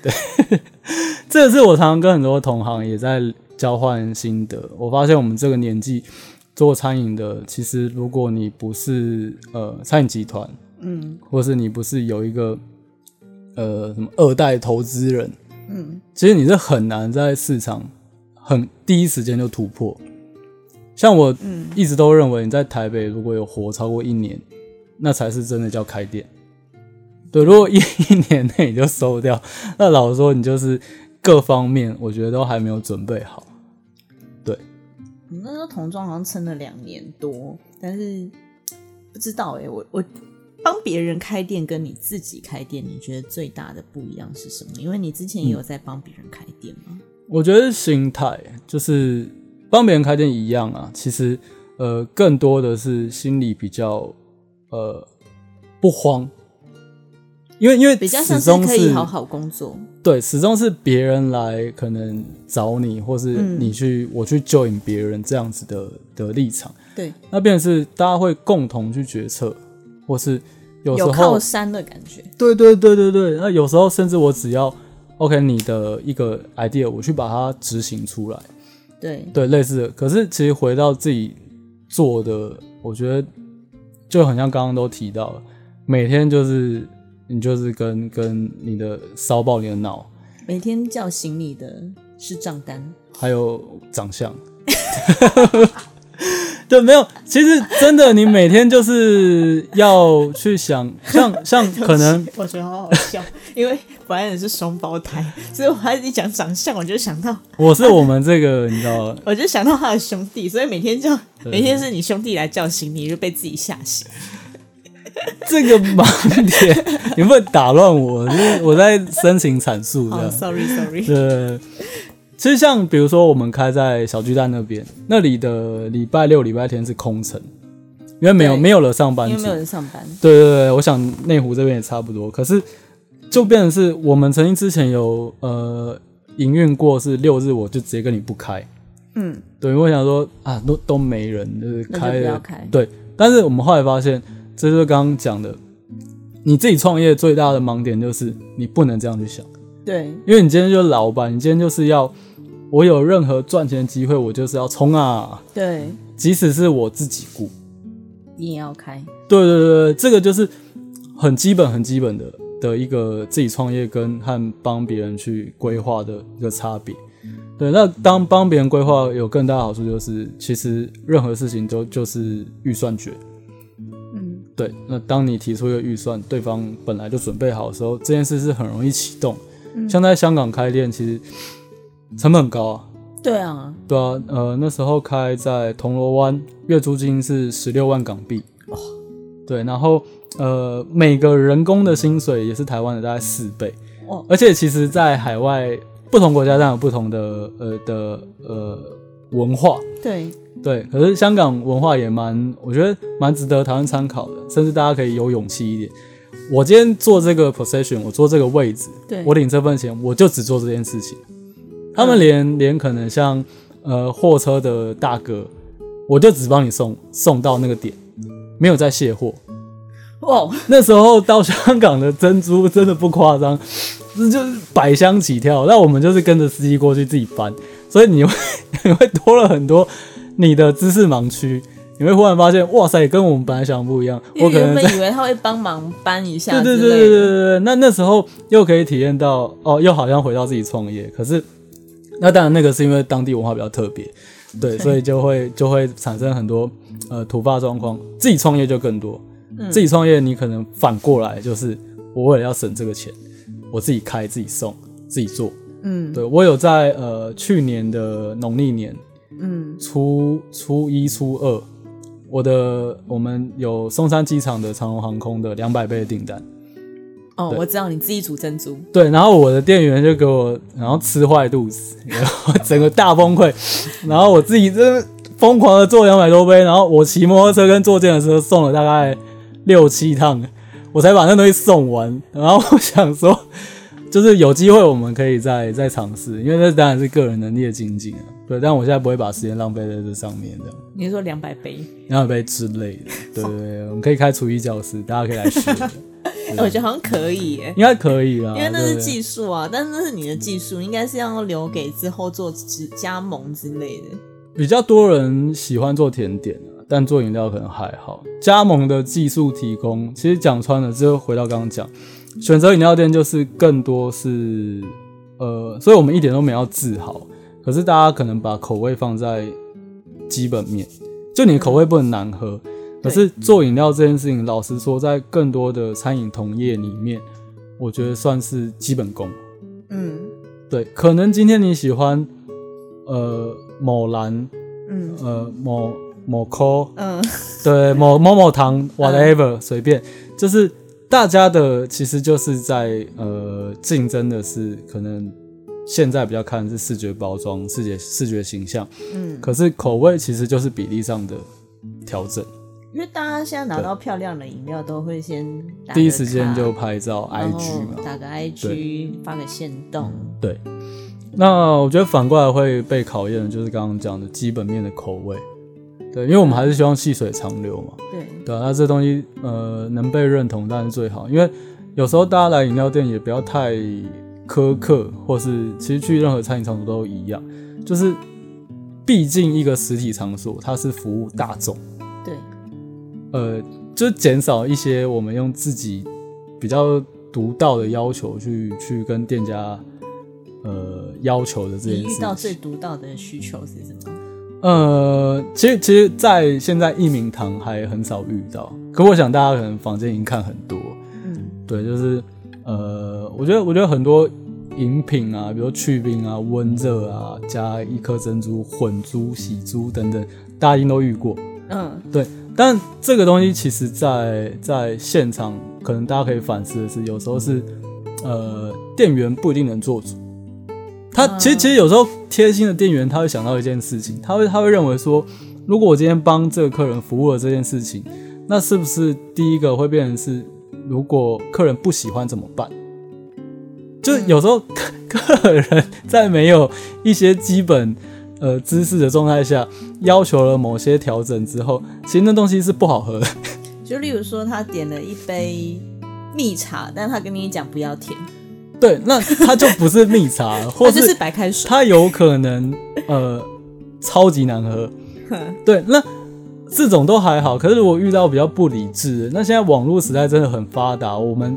Speaker 2: 对， 这个是我常常跟很多同行也在交换心得。我发现我们这个年纪做餐饮的，其实如果你不是呃餐饮集团，
Speaker 1: 嗯
Speaker 2: 或是你不是有一个呃什么二代投资人，
Speaker 1: 嗯，
Speaker 2: 其实你是很难在市场很第一时间就突破。像我
Speaker 1: 嗯
Speaker 2: 一直都认为，你在台北如果有活超过一年，那才是真的叫开店。对，如果一 一年内你就收掉，那老实说，你就是各方面我觉得都还没有准备好。
Speaker 1: 我那时候童装好像撑了两年多，但是不知道哎、我我帮别人开店跟你自己开店，你觉得最大的不一样是什么？因为你之前也
Speaker 2: 嗯
Speaker 1: 有在帮别人开店嘛。
Speaker 2: 我觉得心态就是帮别人开店一样啊，其实呃，更多的是心里比较呃不慌，因为因为
Speaker 1: 比较像
Speaker 2: 始
Speaker 1: 是
Speaker 2: 终
Speaker 1: 可以好好工作，
Speaker 2: 对，始终是别人来可能找你，或是
Speaker 1: 嗯
Speaker 2: 你去、我去 join 别人这样子的的立场，
Speaker 1: 对，
Speaker 2: 那变成是大家会共同去决策，或是有时
Speaker 1: 有靠
Speaker 2: 候
Speaker 1: 山的感觉。
Speaker 2: 对对对对对，那有时候甚至我只要 OK 你的一个 idea，我去把它执行出来。
Speaker 1: 对，
Speaker 2: 对，类似的。可是其实回到自己做的，我觉得就很像刚刚都提到了，每天就是你就是跟跟你的骚爆你的脑，
Speaker 1: 每天叫醒你的是账单，
Speaker 2: 还有长相。 对，没有，其实真的，你每天就是要去想，像像可能
Speaker 1: 我觉得好好笑，因为本来也是双胞胎，所以我还一讲长相，我就想到，
Speaker 2: 我是我们这个，你知道，
Speaker 1: 我就想到他的兄弟，所以每天叫每天是你兄弟来叫醒你，就被自己吓醒。
Speaker 2: 这个盲点， 你不能打乱我，就是我在深情阐述这
Speaker 1: 哦
Speaker 2: 样。
Speaker 1: ，sorry sorry，
Speaker 2: 对，其实像比如说我们开在小巨蛋那边，那里的礼拜六、礼拜天是空城，因为没有
Speaker 1: 对
Speaker 2: 没有了上班
Speaker 1: 因为
Speaker 2: 族。
Speaker 1: 没有人上班，
Speaker 2: 对对对，我想内湖这边也差不多。可是就变成是我们曾经之前有呃营运过是六日，我就直接跟你不开。
Speaker 1: 嗯，
Speaker 2: 对，因为我想说啊，都都没人，就是
Speaker 1: 那
Speaker 2: 开
Speaker 1: 就不要
Speaker 2: 了。
Speaker 1: 开。
Speaker 2: 对，但是我们后来发现，这就是刚刚讲的，你自己创业最大的盲点就是你不能这样去想。
Speaker 1: 对
Speaker 2: 因为你今天就是老板，你今天就是要我有任何赚钱的机会，我就是要冲啊！
Speaker 1: 对，
Speaker 2: 即使是我自己雇，
Speaker 1: 你也要开。
Speaker 2: 对对对对，这个就是很基本、很基本的的一个自己创业跟和帮别人去规划的一个差别。对，那当帮别人规划有更大的好处就是，其实任何事情都就是预算决。
Speaker 1: 嗯，
Speaker 2: 对，那当你提出一个预算，对方本来就准备好的时候，这件事是很容易启动。像在香港开店，其实成本很高啊。
Speaker 1: 对啊，
Speaker 2: 对啊，呃，那时候开在铜锣湾，月租金是十六万港币。对，然后呃，每个人工的薪水也是台湾的大概四倍。
Speaker 1: 哦，
Speaker 2: 而且其实，在海外不同国家当然有不同的呃的呃文化，
Speaker 1: 对，
Speaker 2: 对，可是香港文化也蛮，我觉得蛮值得台湾参考的，甚至大家可以有勇气一点。我今天做这个 position，我做这个位置，
Speaker 1: 对
Speaker 2: 我领这份钱，我就只做这件事情。他
Speaker 1: 嗯
Speaker 2: 们连、连可能像呃货车的大哥，我就只帮你送送到那个点，没有再卸货。
Speaker 1: 哇，
Speaker 2: 那时候到香港的珍珠真的不夸张，这就是百箱起跳。那我们就是跟着司机过去自己搬，所以你会 你会多了很多你的知识盲区，你会忽然发现，哇塞，跟我们本来想的不一样。
Speaker 1: 因
Speaker 2: 我
Speaker 1: 为
Speaker 2: 可
Speaker 1: 原
Speaker 2: 能
Speaker 1: 本
Speaker 2: 在
Speaker 1: 以为他会帮忙搬一下
Speaker 2: 对
Speaker 1: 之
Speaker 2: 对
Speaker 1: 类
Speaker 2: 对
Speaker 1: 的，
Speaker 2: 对对对对，那那时候又可以体验到哦，又好像回到自己创业。可是那当然那个是因为当地文化比较特别，对，所以就会就会产生很多呃突发状况。自己创业就更多，
Speaker 1: 嗯
Speaker 2: 自己创业你可能反过来就是我为了要省这个钱，我自己开自己送自己做。
Speaker 1: 嗯
Speaker 2: 对我有在呃去年的农历年
Speaker 1: 嗯，
Speaker 2: 初初一初二，我的我们有松山机场的长荣航空的两百倍的订单。
Speaker 1: 哦，
Speaker 2: 对
Speaker 1: 我知道你自己煮珍珠，
Speaker 2: 对，然后我的店员就给我，然后吃坏肚子，然后整个大崩溃，然后我自己真的疯狂的做两百多杯，然后我骑摩托车跟坐电的车送了大概六七趟，我才把那东西送完。然后我想说，就是有机会我们可以再再尝试，因为那当然是个人能力的精进啊。对，但我现在不会把时间浪费在这上面，这样
Speaker 1: 你说两百杯，
Speaker 2: 两百杯之类的。对对对，我们可以开厨艺教室，大家可以来学，
Speaker 1: 哎我觉得好像可以耶。
Speaker 2: 应该可以啦。
Speaker 1: 因为那
Speaker 2: 对
Speaker 1: 是
Speaker 2: 对
Speaker 1: 技术啊，但那是你的技术，应该是要留给之后做之加盟之类的。
Speaker 2: 比较多人喜欢做甜点啊，但做饮料可能还好。加盟的技术提供，其实讲穿了，就回到刚刚讲，选择饮料店就是更多是呃，所以我们一点都没有要自豪，可是大家可能把口味放在基本面，就你的口味不能难喝。可是做饮料这件事情，老实说，在更多的餐饮同业里面，我觉得算是基本功。
Speaker 1: 嗯
Speaker 2: 对，可能今天你喜欢呃某蓝
Speaker 1: 嗯
Speaker 2: 呃某某 call，
Speaker 1: 嗯，
Speaker 2: 对某某某堂 whatever 随、便，就是大家的其实就是在呃竞争的是可能现在比较看的是视觉包装、视觉视觉形象，
Speaker 1: 嗯，
Speaker 2: 可是口味其实就是比例上的调整，
Speaker 1: 因为大家现在拿到漂亮的饮料都会先打个
Speaker 2: 第一时间
Speaker 1: 卡
Speaker 2: 就拍照
Speaker 1: 然后
Speaker 2: IG 嘛，
Speaker 1: 打个 IG 发个线动，
Speaker 2: 对。那我觉得反过来会被考验的就是刚刚讲的基本面的口味，对，因为我们还是希望细水长流嘛，
Speaker 1: 对，
Speaker 2: 对啊，那这东西呃能被认同当然是最好，因为有时候大家来饮料店也不要太苛刻，或是其实去任何餐饮场所都一样，就是毕竟一个实体场所它是服务大众，
Speaker 1: 对，
Speaker 2: 呃，就减少一些我们用自己比较独到的要求去去跟店家呃要求的这
Speaker 1: 你
Speaker 2: 件
Speaker 1: 遇
Speaker 2: 事
Speaker 1: 到
Speaker 2: 情。
Speaker 1: 最独到的需求是什么？
Speaker 2: 呃，其实其实，在现在益民堂还很少遇到，可我想大家可能房间已经看很多，
Speaker 1: 嗯，
Speaker 2: 对，就是呃，我觉得我觉得很多饮品啊，比如去冰啊、温热啊，加一颗珍珠、混珠、洗珠等等，大家一定都遇过。
Speaker 1: 嗯，
Speaker 2: 对，但这个东西其实在在现场，可能大家可以反思的是，有时候是呃，店员不一定能做主。他其实
Speaker 1: 嗯
Speaker 2: 其实有时候贴心的店员，他会想到一件事情，他会他会认为说，如果我今天帮这个客人服务了这件事情，那是不是第一个会变成是，如果客人不喜欢怎么办？就有时候 客人在没有一些基本呃知识的状态下，要求了某些调整之后，其实那东西是不好喝的。
Speaker 1: 就例如说他点了一杯蜜茶，但他跟你讲不要甜，
Speaker 2: 对，那它就不是蜜茶，或
Speaker 1: 他就是是白开水，
Speaker 2: 它有可能呃超级难喝。对，那这种都还好，可是我遇到比较不理智的，那现在网络时代真的很发达，我们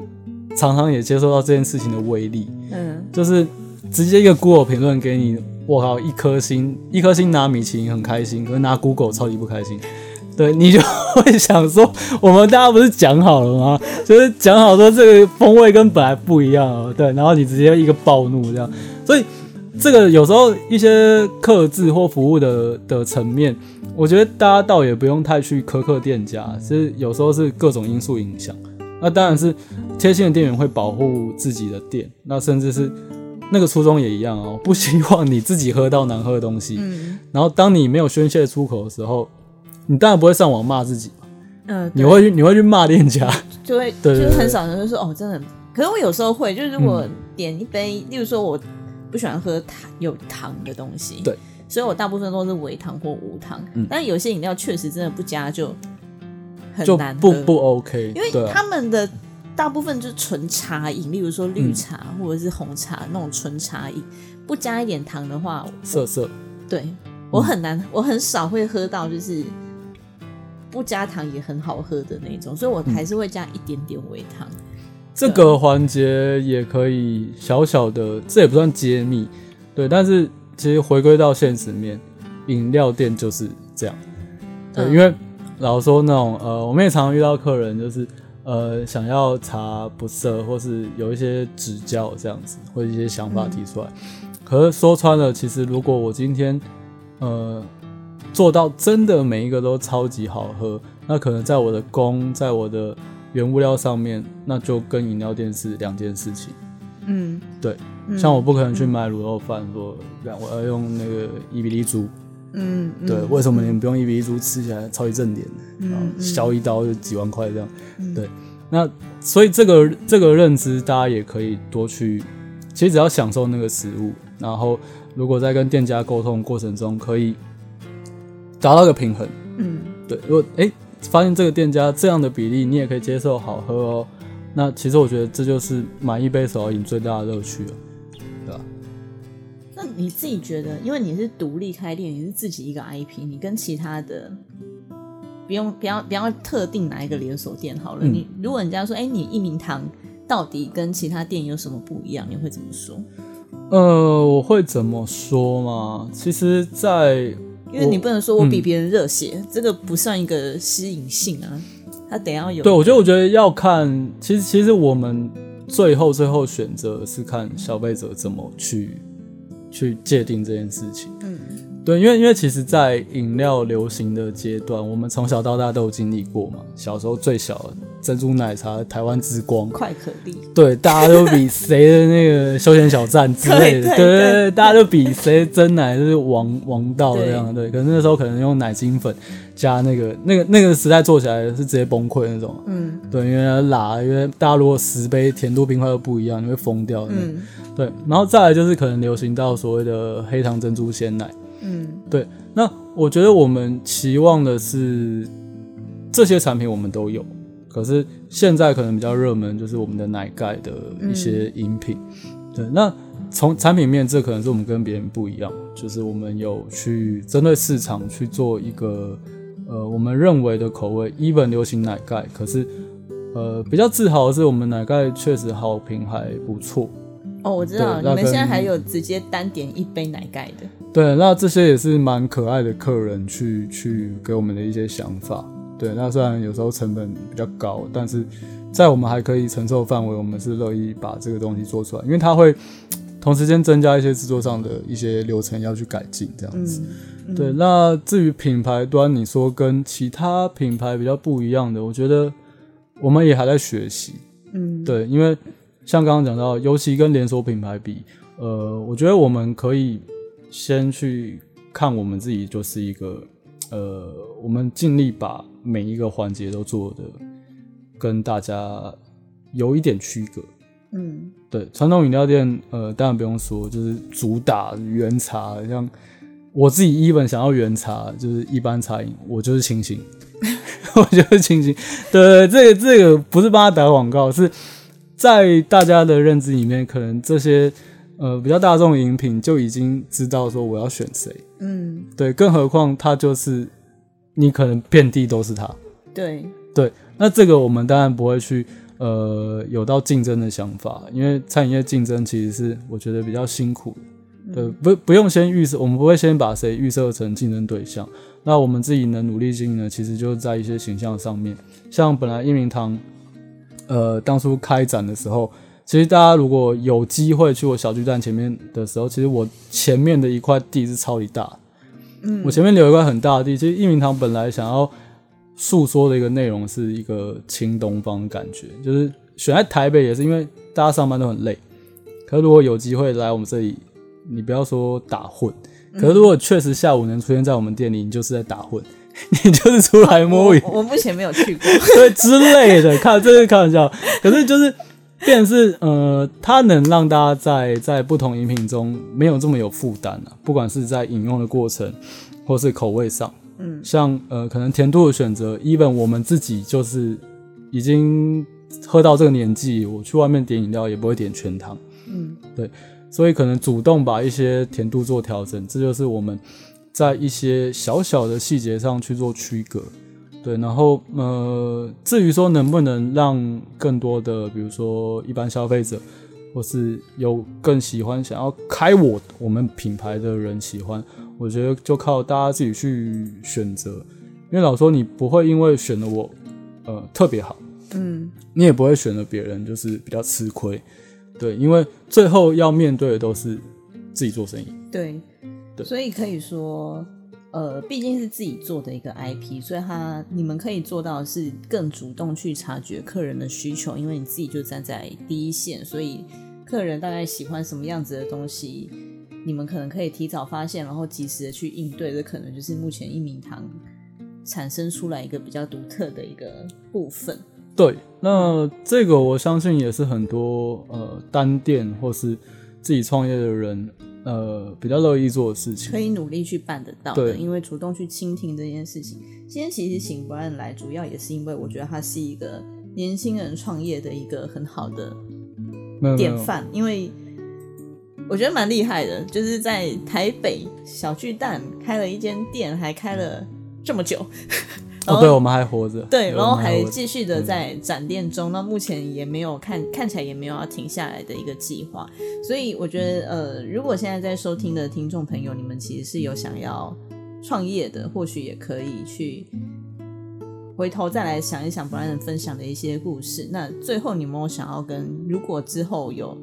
Speaker 2: 常常也接受到这件事情的威力，
Speaker 1: 嗯，
Speaker 2: 就是直接一个 Google 评论给你，我靠，一颗星，一颗星拿米其林很开心，可是拿 Google 超级不开心。对， 你就会想说，我们大家不是讲好了吗？就是讲好说这个风味跟本来不一样哦，对，然后你直接一个暴怒这样，所以这个有时候一些克制或服务的的层面，我觉得大家倒也不用太去苛刻店家，其实有时候是各种因素影响。那当然是贴心的店员会保护自己的店，那甚至是那个初衷也一样哦， 不希望你自己喝到难喝的东西。
Speaker 1: 嗯
Speaker 2: 然后当你没有宣泄出口的时候，你当然不会上网骂自己，
Speaker 1: 嗯，
Speaker 2: 你
Speaker 1: 对
Speaker 2: 会去你会去骂店家。
Speaker 1: 就会
Speaker 2: 对对嗯
Speaker 1: 就是
Speaker 2: 对
Speaker 1: 很少人会说哦，真的很。可是我有时候会，就是如果点一杯，例如说我不喜欢喝糖有糖的东西，
Speaker 2: 对，嗯
Speaker 1: 所以我大部分都是微糖或无糖。但有些饮料确实真的不加就很
Speaker 2: 就
Speaker 1: 难
Speaker 2: 不
Speaker 1: 喝
Speaker 2: 不 OK，
Speaker 1: 因为
Speaker 2: 对啊
Speaker 1: 他们的大部分就是纯茶饮，例如说绿茶
Speaker 2: 嗯
Speaker 1: 或者是红茶那种纯茶饮，不加一点糖的话，
Speaker 2: 色色，
Speaker 1: 对我很
Speaker 2: 嗯
Speaker 1: 难，我很少会喝到就是不加糖也很好喝的那种，所以我还是会加一点点微糖。
Speaker 2: 这个环节也可以小小的，这也不算揭秘，对。但是其实回归到现实面，饮料店就是这样，对。
Speaker 1: 嗯
Speaker 2: 因为老实说那种呃，我们也常常遇到客人就是呃想要茶不涩，或是有一些指教这样子，或者一些想法提出来。可是说穿了，其实如果我今天呃做到真的每一个都超级好喝，那可能在我的工，在我的原物料上面，那就跟饮料店是两件事情。
Speaker 1: 嗯，
Speaker 2: 对，
Speaker 1: 嗯
Speaker 2: 像我不可能去买卤肉饭，说让我要用那个伊比利猪，
Speaker 1: 嗯，嗯
Speaker 2: 对，为什么你们不用伊比利猪吃起来超级正点，然后
Speaker 1: 嗯
Speaker 2: 削一刀就几万块这样，对，那所以这个这个认知大家也可以多去，其实只要享受那个食物，然后如果在跟店家沟通过程中可以达到一个平衡，
Speaker 1: 嗯
Speaker 2: 对，如果哎、发现这个店家这样的比例你也可以接受，好喝哦，那其实我觉得这就是买一杯手摇饮最大的乐趣了，对吧？
Speaker 1: 那你自己觉得，因为你是独立开店，你是自己一个 IP，你跟其他的不用不要不要特定哪一个连锁店好了。
Speaker 2: 嗯
Speaker 1: 你如果人家说，哎、你益民堂到底跟其他店有什么不一样，你会怎么说？
Speaker 2: 呃，我会怎么说嘛？其实在，
Speaker 1: 因为你
Speaker 2: 我嗯
Speaker 1: 不能说我比别人热血，这个不算一个吸引性啊。他得要有
Speaker 2: 对我觉得，我觉得要看，其实其实我们最后最后选择是看消费者怎么去去界定这件事情。
Speaker 1: 嗯
Speaker 2: 对，因为因为其实，在饮料流行的阶段，我们从小到大都有经历过嘛。小时候最小珍珠奶茶、台湾之光，
Speaker 1: 快可力，
Speaker 2: 对，大家都比谁的那个休闲小站之类的，
Speaker 1: 对对
Speaker 2: 对
Speaker 1: 对
Speaker 2: 对对，大家都比谁真奶就是王王道
Speaker 1: 对
Speaker 2: 这样，对。可是那时候可能用奶精粉加那个那个那个时代做起来是直接崩溃那种，
Speaker 1: 嗯
Speaker 2: 对，因为它辣，因为大家如果十杯甜度冰块都不一样，你会疯掉的。
Speaker 1: 嗯
Speaker 2: 对，然后再来就是可能流行到所谓的黑糖珍珠鲜奶。
Speaker 1: 嗯
Speaker 2: 对，那我觉得我们期望的是这些产品我们都有，可是现在可能比较热门就是我们的奶盖的一些饮品。对，那从产品面，这可能是我们跟别人不一样，就是我们有去针对市场去做一个呃我们认为的口味，even 流行奶盖，可是。呃，比较自豪的是，我们奶盖确实好评还不错。
Speaker 1: 哦，我知道
Speaker 2: 对
Speaker 1: 你
Speaker 2: 那
Speaker 1: 们现在
Speaker 2: 跟
Speaker 1: 还有直接单点一杯奶盖的，
Speaker 2: 对，那这些也是蛮可爱的客人去去给我们的一些想法。对，那虽然有时候成本比较高，但是在我们还可以承受范围，我们是乐意把这个东西做出来，因为它会同时间增加一些制作上的一些流程要去改进，这样子。对，那至于品牌端，你说跟其他品牌比较不一样的，我觉得我们也还在学习。
Speaker 1: 嗯
Speaker 2: 对，因为像刚刚讲到，尤其跟连锁品牌比，呃，我觉得我们可以先去看我们自己，就是一个呃，我们尽力把每一个环节都做的跟大家有一点区隔。
Speaker 1: 嗯
Speaker 2: 对，传统饮料店，呃，当然不用说，就是主打原茶，像我自己 even 想要原茶，就是一般茶饮，我就是清新， 我就是清新。对，这个这个不是帮他打广告，是在大家的认知里面，可能这些呃比较大众饮品就已经知道说我要选谁，
Speaker 1: 嗯，
Speaker 2: 对，更何况它就是你可能遍地都是它，
Speaker 1: 对，
Speaker 2: 对，那这个我们当然不会去呃有到竞争的想法，因为餐饮业竞争其实是我觉得比较辛苦的，对，不不用先预设，我们不会先把谁预设成竞争对象。那我们自己能努力经营的，其实就是在一些形象上面，像本来一鸣堂，呃，当初开展的时候。其实大家如果有机会去我小巨蛋前面的时候，其实我前面的一块地是超级大的，
Speaker 1: 嗯
Speaker 2: 我前面留一块很大的地。其实一鸣堂本来想要诉说的一个内容是一个轻东方的感觉，就是选在台北也是因为大家上班都很累，可是如果有机会来我们这里，你不要说打混，可是如果确实下午能出现在我们店里，你就是在打混， 你就是出来摸鱼，
Speaker 1: 我我目前没有去过，
Speaker 2: 对之类的，看这是开玩笑，可是就是。便是呃，它能让大家在在不同饮品中没有这么有负担啊，不管是在饮用的过程，或是口味上，
Speaker 1: 嗯
Speaker 2: 像呃，可能甜度的选择，even 我们自己就是已经喝到这个年纪，我去外面点饮料也不会点全糖，
Speaker 1: 嗯
Speaker 2: 所以可能主动把一些甜度做调整，这就是我们在一些小小的细节上去做区隔。对，然后呃，至于说能不能让更多的，比如说一般消费者，或是有更喜欢想要开我我们品牌的人喜欢，我觉得就靠大家自己去选择。因为老实说你不会因为选了我，呃，特别好，
Speaker 1: 嗯
Speaker 2: 你也不会选择别人，就是比较吃亏。对，因为最后要面对的都是自己做生意。
Speaker 1: 对，
Speaker 2: 对
Speaker 1: 所以可以说，呃，毕竟是自己做的一个 IP，所以他你们可以做到的是更主动去察觉客人的需求，因为你自己就站在第一线，所以客人大概喜欢什么样子的东西，你们可能可以提早发现，然后及时的去应对。这可能就是目前一鸣堂产生出来一个比较独特的一个部分。
Speaker 2: 对，那这个我相信也是很多呃单店或是自己创业的人呃比较乐意做的事情
Speaker 1: 可。以努力去办得到的，
Speaker 2: 对
Speaker 1: 因为主动去倾听这件事情。今天其实请 Brian 来，主要也是因为我觉得他是一个年轻人创业的一个很好的
Speaker 2: 没有没有
Speaker 1: 典范，因为我觉得蛮厉害的，就是在台北小巨蛋开了一间店，还开了这么久，然
Speaker 2: 哦，
Speaker 1: 后
Speaker 2: 对，我们还活着。
Speaker 1: 对，然后
Speaker 2: 我们
Speaker 1: 还
Speaker 2: 活着
Speaker 1: 继续的在展店中，那目前也没有看看起来也没有要停下来的一个计划，所以我觉得呃，如果现在在收听的听众朋友，你们其实是有想要创业的，或许也可以去回头再来想一想 Brian 分享的一些故事。那最后你有没有想要跟，如果之后有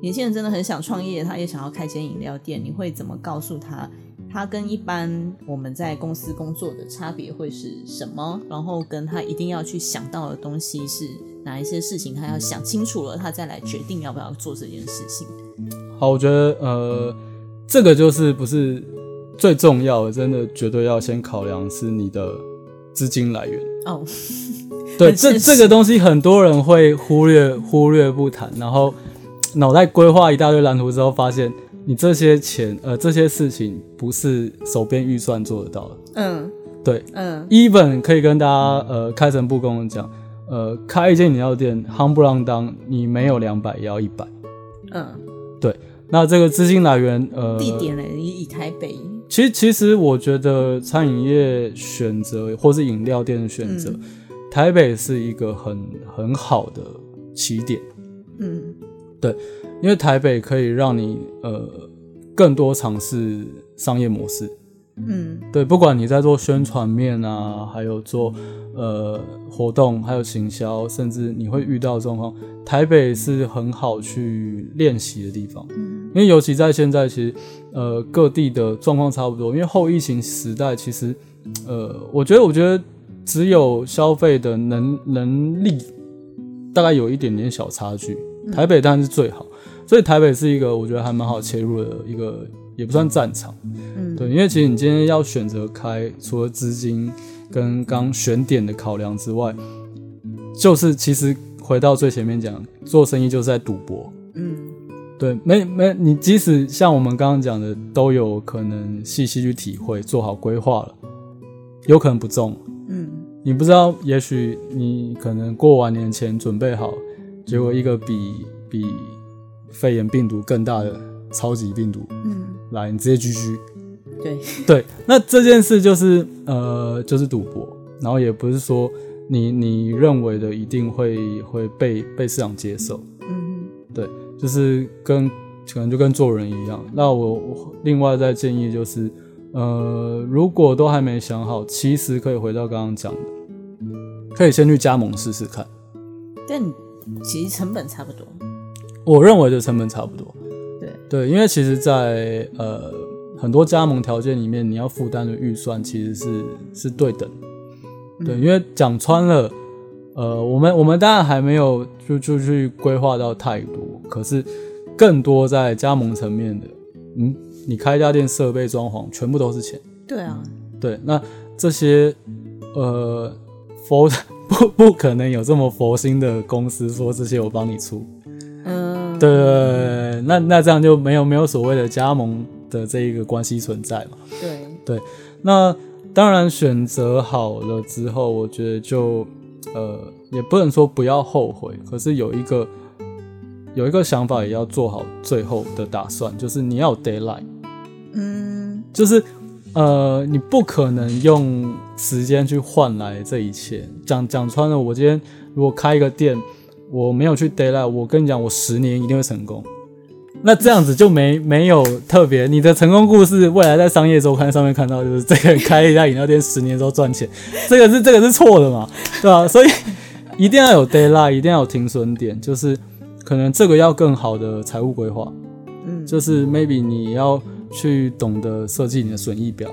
Speaker 1: 年轻人真的很想创业，他也想要开间饮料店，你会怎么告诉他它跟一般我们在公司工作的差别会是什么，然后跟他一定要去想到的东西是哪一些事情，他要想清楚了，他再来决定要不要做这件事情。
Speaker 2: 好，我觉得呃，这个就是不是最重要的，真的绝对要先考量是你的资金来源。
Speaker 1: 哦，
Speaker 2: 对，
Speaker 1: 很
Speaker 2: 这
Speaker 1: 现
Speaker 2: 这
Speaker 1: 实
Speaker 2: 个东西很多人会忽略忽略不谈，然后脑袋规划一大堆蓝图之后，发现你这些钱呃这些事情不是手边预算做得到的。
Speaker 1: 嗯
Speaker 2: 对
Speaker 1: 嗯，
Speaker 2: even 可以跟大家呃开诚布公的讲，呃，开一间饮料店夯不啷当，你没有两百也要一百。
Speaker 1: 嗯，
Speaker 2: 那这个资金来源，呃，
Speaker 1: 地点呢？以以台北，
Speaker 2: 其实其实我觉得餐饮业选择或是饮料店的选择，
Speaker 1: 嗯
Speaker 2: 台北是一个很很好的起点，
Speaker 1: 嗯
Speaker 2: 因为台北可以让你呃更多尝试商业模式。
Speaker 1: 嗯
Speaker 2: 对，不管你在做宣传面啊，还有做呃活动，还有行销，甚至你会遇到的状况，台北是很好去练习的地方。
Speaker 1: 嗯
Speaker 2: 因为尤其在现在，其实呃各地的状况差不多。因为后疫情时代，其实呃，我觉得我觉得只有消费的能能力大概有一点点小差距，台北当然是最好，所以台北是一个我觉得还蛮好切入的一个，也不算战场。
Speaker 1: 嗯，
Speaker 2: 对，因为其实你今天要选择开，除了资金跟刚选点的考量之外，就是其实回到最前面讲，做生意就是在赌博。
Speaker 1: 嗯
Speaker 2: 对，没没，你即使像我们刚刚讲的，都有可能细细去体会，做好规划了，有可能不中。
Speaker 1: 嗯
Speaker 2: 你不知道，也许你可能过完年前准备好，结果一个比比肺炎病毒更大的超级病毒
Speaker 1: 嗯，
Speaker 2: 来，你直接 GG。
Speaker 1: 对，
Speaker 2: 对，那这件事就是呃，就是赌博，然后也不是说你你认为的一定会会被被市场接受，
Speaker 1: 嗯
Speaker 2: 就是跟可能就跟做人一样。那我我另外再建议就是，呃，如果都还没想好，其实可以回到刚刚讲的，可以先去加盟试试看。
Speaker 1: 但其实成本差不多。
Speaker 2: 我认为的成本差不多。
Speaker 1: 对
Speaker 2: 对，因为其实在，呃很多加盟条件里面，你要负担的预算其实是是对等。对，因为讲穿了，呃，我们我们当然还没有就就去规划到太多，可是更多在加盟层面的，嗯，你开一家店，设备、装潢全部都是钱。
Speaker 1: 对啊，
Speaker 2: 对，那这些呃佛 不不可能有这么佛心的公司说这些我帮你出，
Speaker 1: 嗯，
Speaker 2: 对对对，对那那这样就没有没有所谓的加盟的这一个关系存在嘛？
Speaker 1: 对，
Speaker 2: 那当然选择好了之后，我觉得就呃也不能说不要后悔，可是有一个有一个想法也要做好最后的打算，就是你要有 d a y l i g h t
Speaker 1: 嗯
Speaker 2: 就是呃你不可能用时间去换来这一切。讲讲穿了，我今天如果开一个店，我没有去 d a y l i g h t 我跟你讲，我十年一定会成功。那这样子就没没有特别，你的成功故事未来在商业周刊上面看到，就是这个人开一家饮料店十年之后赚钱，这个是这个是错的嘛，对吧、 所以一定要有 d a y l i g h t 一定要有停损点，就是可能这个要更好的财务规划，
Speaker 1: 嗯，
Speaker 2: 就是 maybe 你要去懂得设计你的损益表，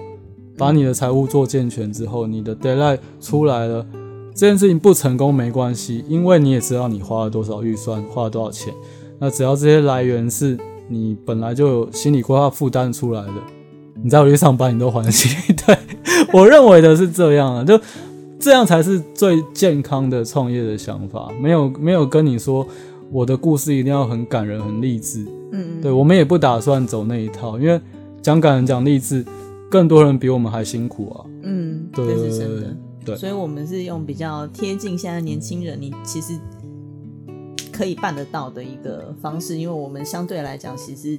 Speaker 2: 把你的财务做健全之后，你的 deadline 出来了，这件事情不成功没关系，因为你也知道你花了多少预算，花了多少钱。那只要这些来源是你本来就有心理规划负担出来的，你再回去上班你都还得起。 对我认为的是这样啊，就这样才是最健康的创业的想法。没有没有跟你说我的故事一定要很感人、很励志，
Speaker 1: 嗯
Speaker 2: 对我们也不打算走那一套，因为讲感人、讲励志，更多人比我们还辛苦啊。
Speaker 1: 嗯，
Speaker 2: 对
Speaker 1: 这是真的。
Speaker 2: 对
Speaker 1: 所以我们是用比较贴近现在年轻人，你其实可以办得到的一个方式，因为我们相对来讲，其实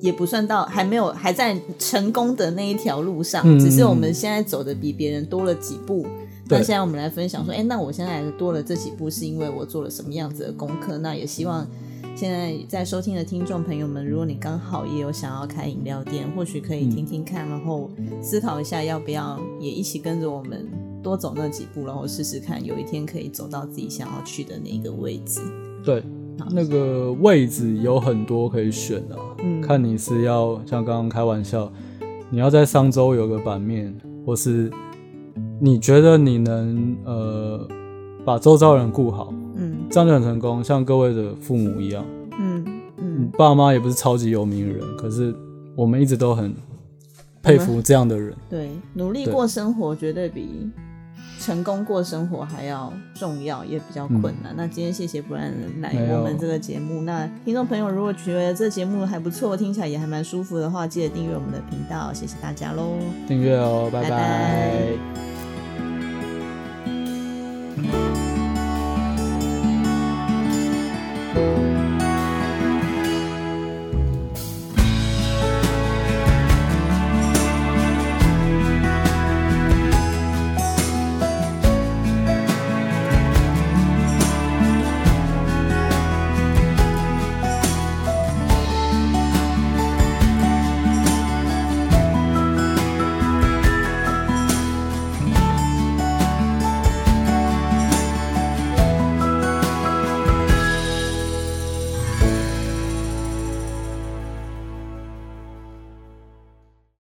Speaker 1: 也不算到还没有还在成功的那一条路上，
Speaker 2: 嗯
Speaker 1: 只是我们现在走的比别人多了几步。那
Speaker 2: 对
Speaker 1: 现在我们来分享说，哎、那我现在多了这几步，是因为我做了什么样子的功课？那也希望现在在收听的听众朋友们，如果你刚好也有想要开饮料店，或许可
Speaker 2: 嗯
Speaker 1: 以听听看，然后思考一下要不要也一起跟着我们多走那几步，然后试试看，有一天可以走到自己想要去的那个位置。
Speaker 2: 对，那个位置有很多可以选啊，
Speaker 1: 嗯
Speaker 2: 看你是要像刚刚开玩笑，你要在商周有个版面，或是你觉得你能呃把周遭人顾好，
Speaker 1: 嗯
Speaker 2: 这样就很成功，像各位的父母一样。
Speaker 1: 嗯嗯，
Speaker 2: 爸妈也不是超级有名的人，可是我们一直都很佩服这样的人。
Speaker 1: 对，努力
Speaker 2: 对
Speaker 1: 过生活绝对比成功过生活还要重要，也比较困难。那今天谢谢 b r 来
Speaker 2: 嗯没有
Speaker 1: 我们这个节目。那听众朋友如果觉得这节目还不错，听起来也还蛮舒服的话，记得订阅我们的频道，谢谢大家喽。
Speaker 2: 订阅哦，拜
Speaker 1: 拜拜
Speaker 2: 拜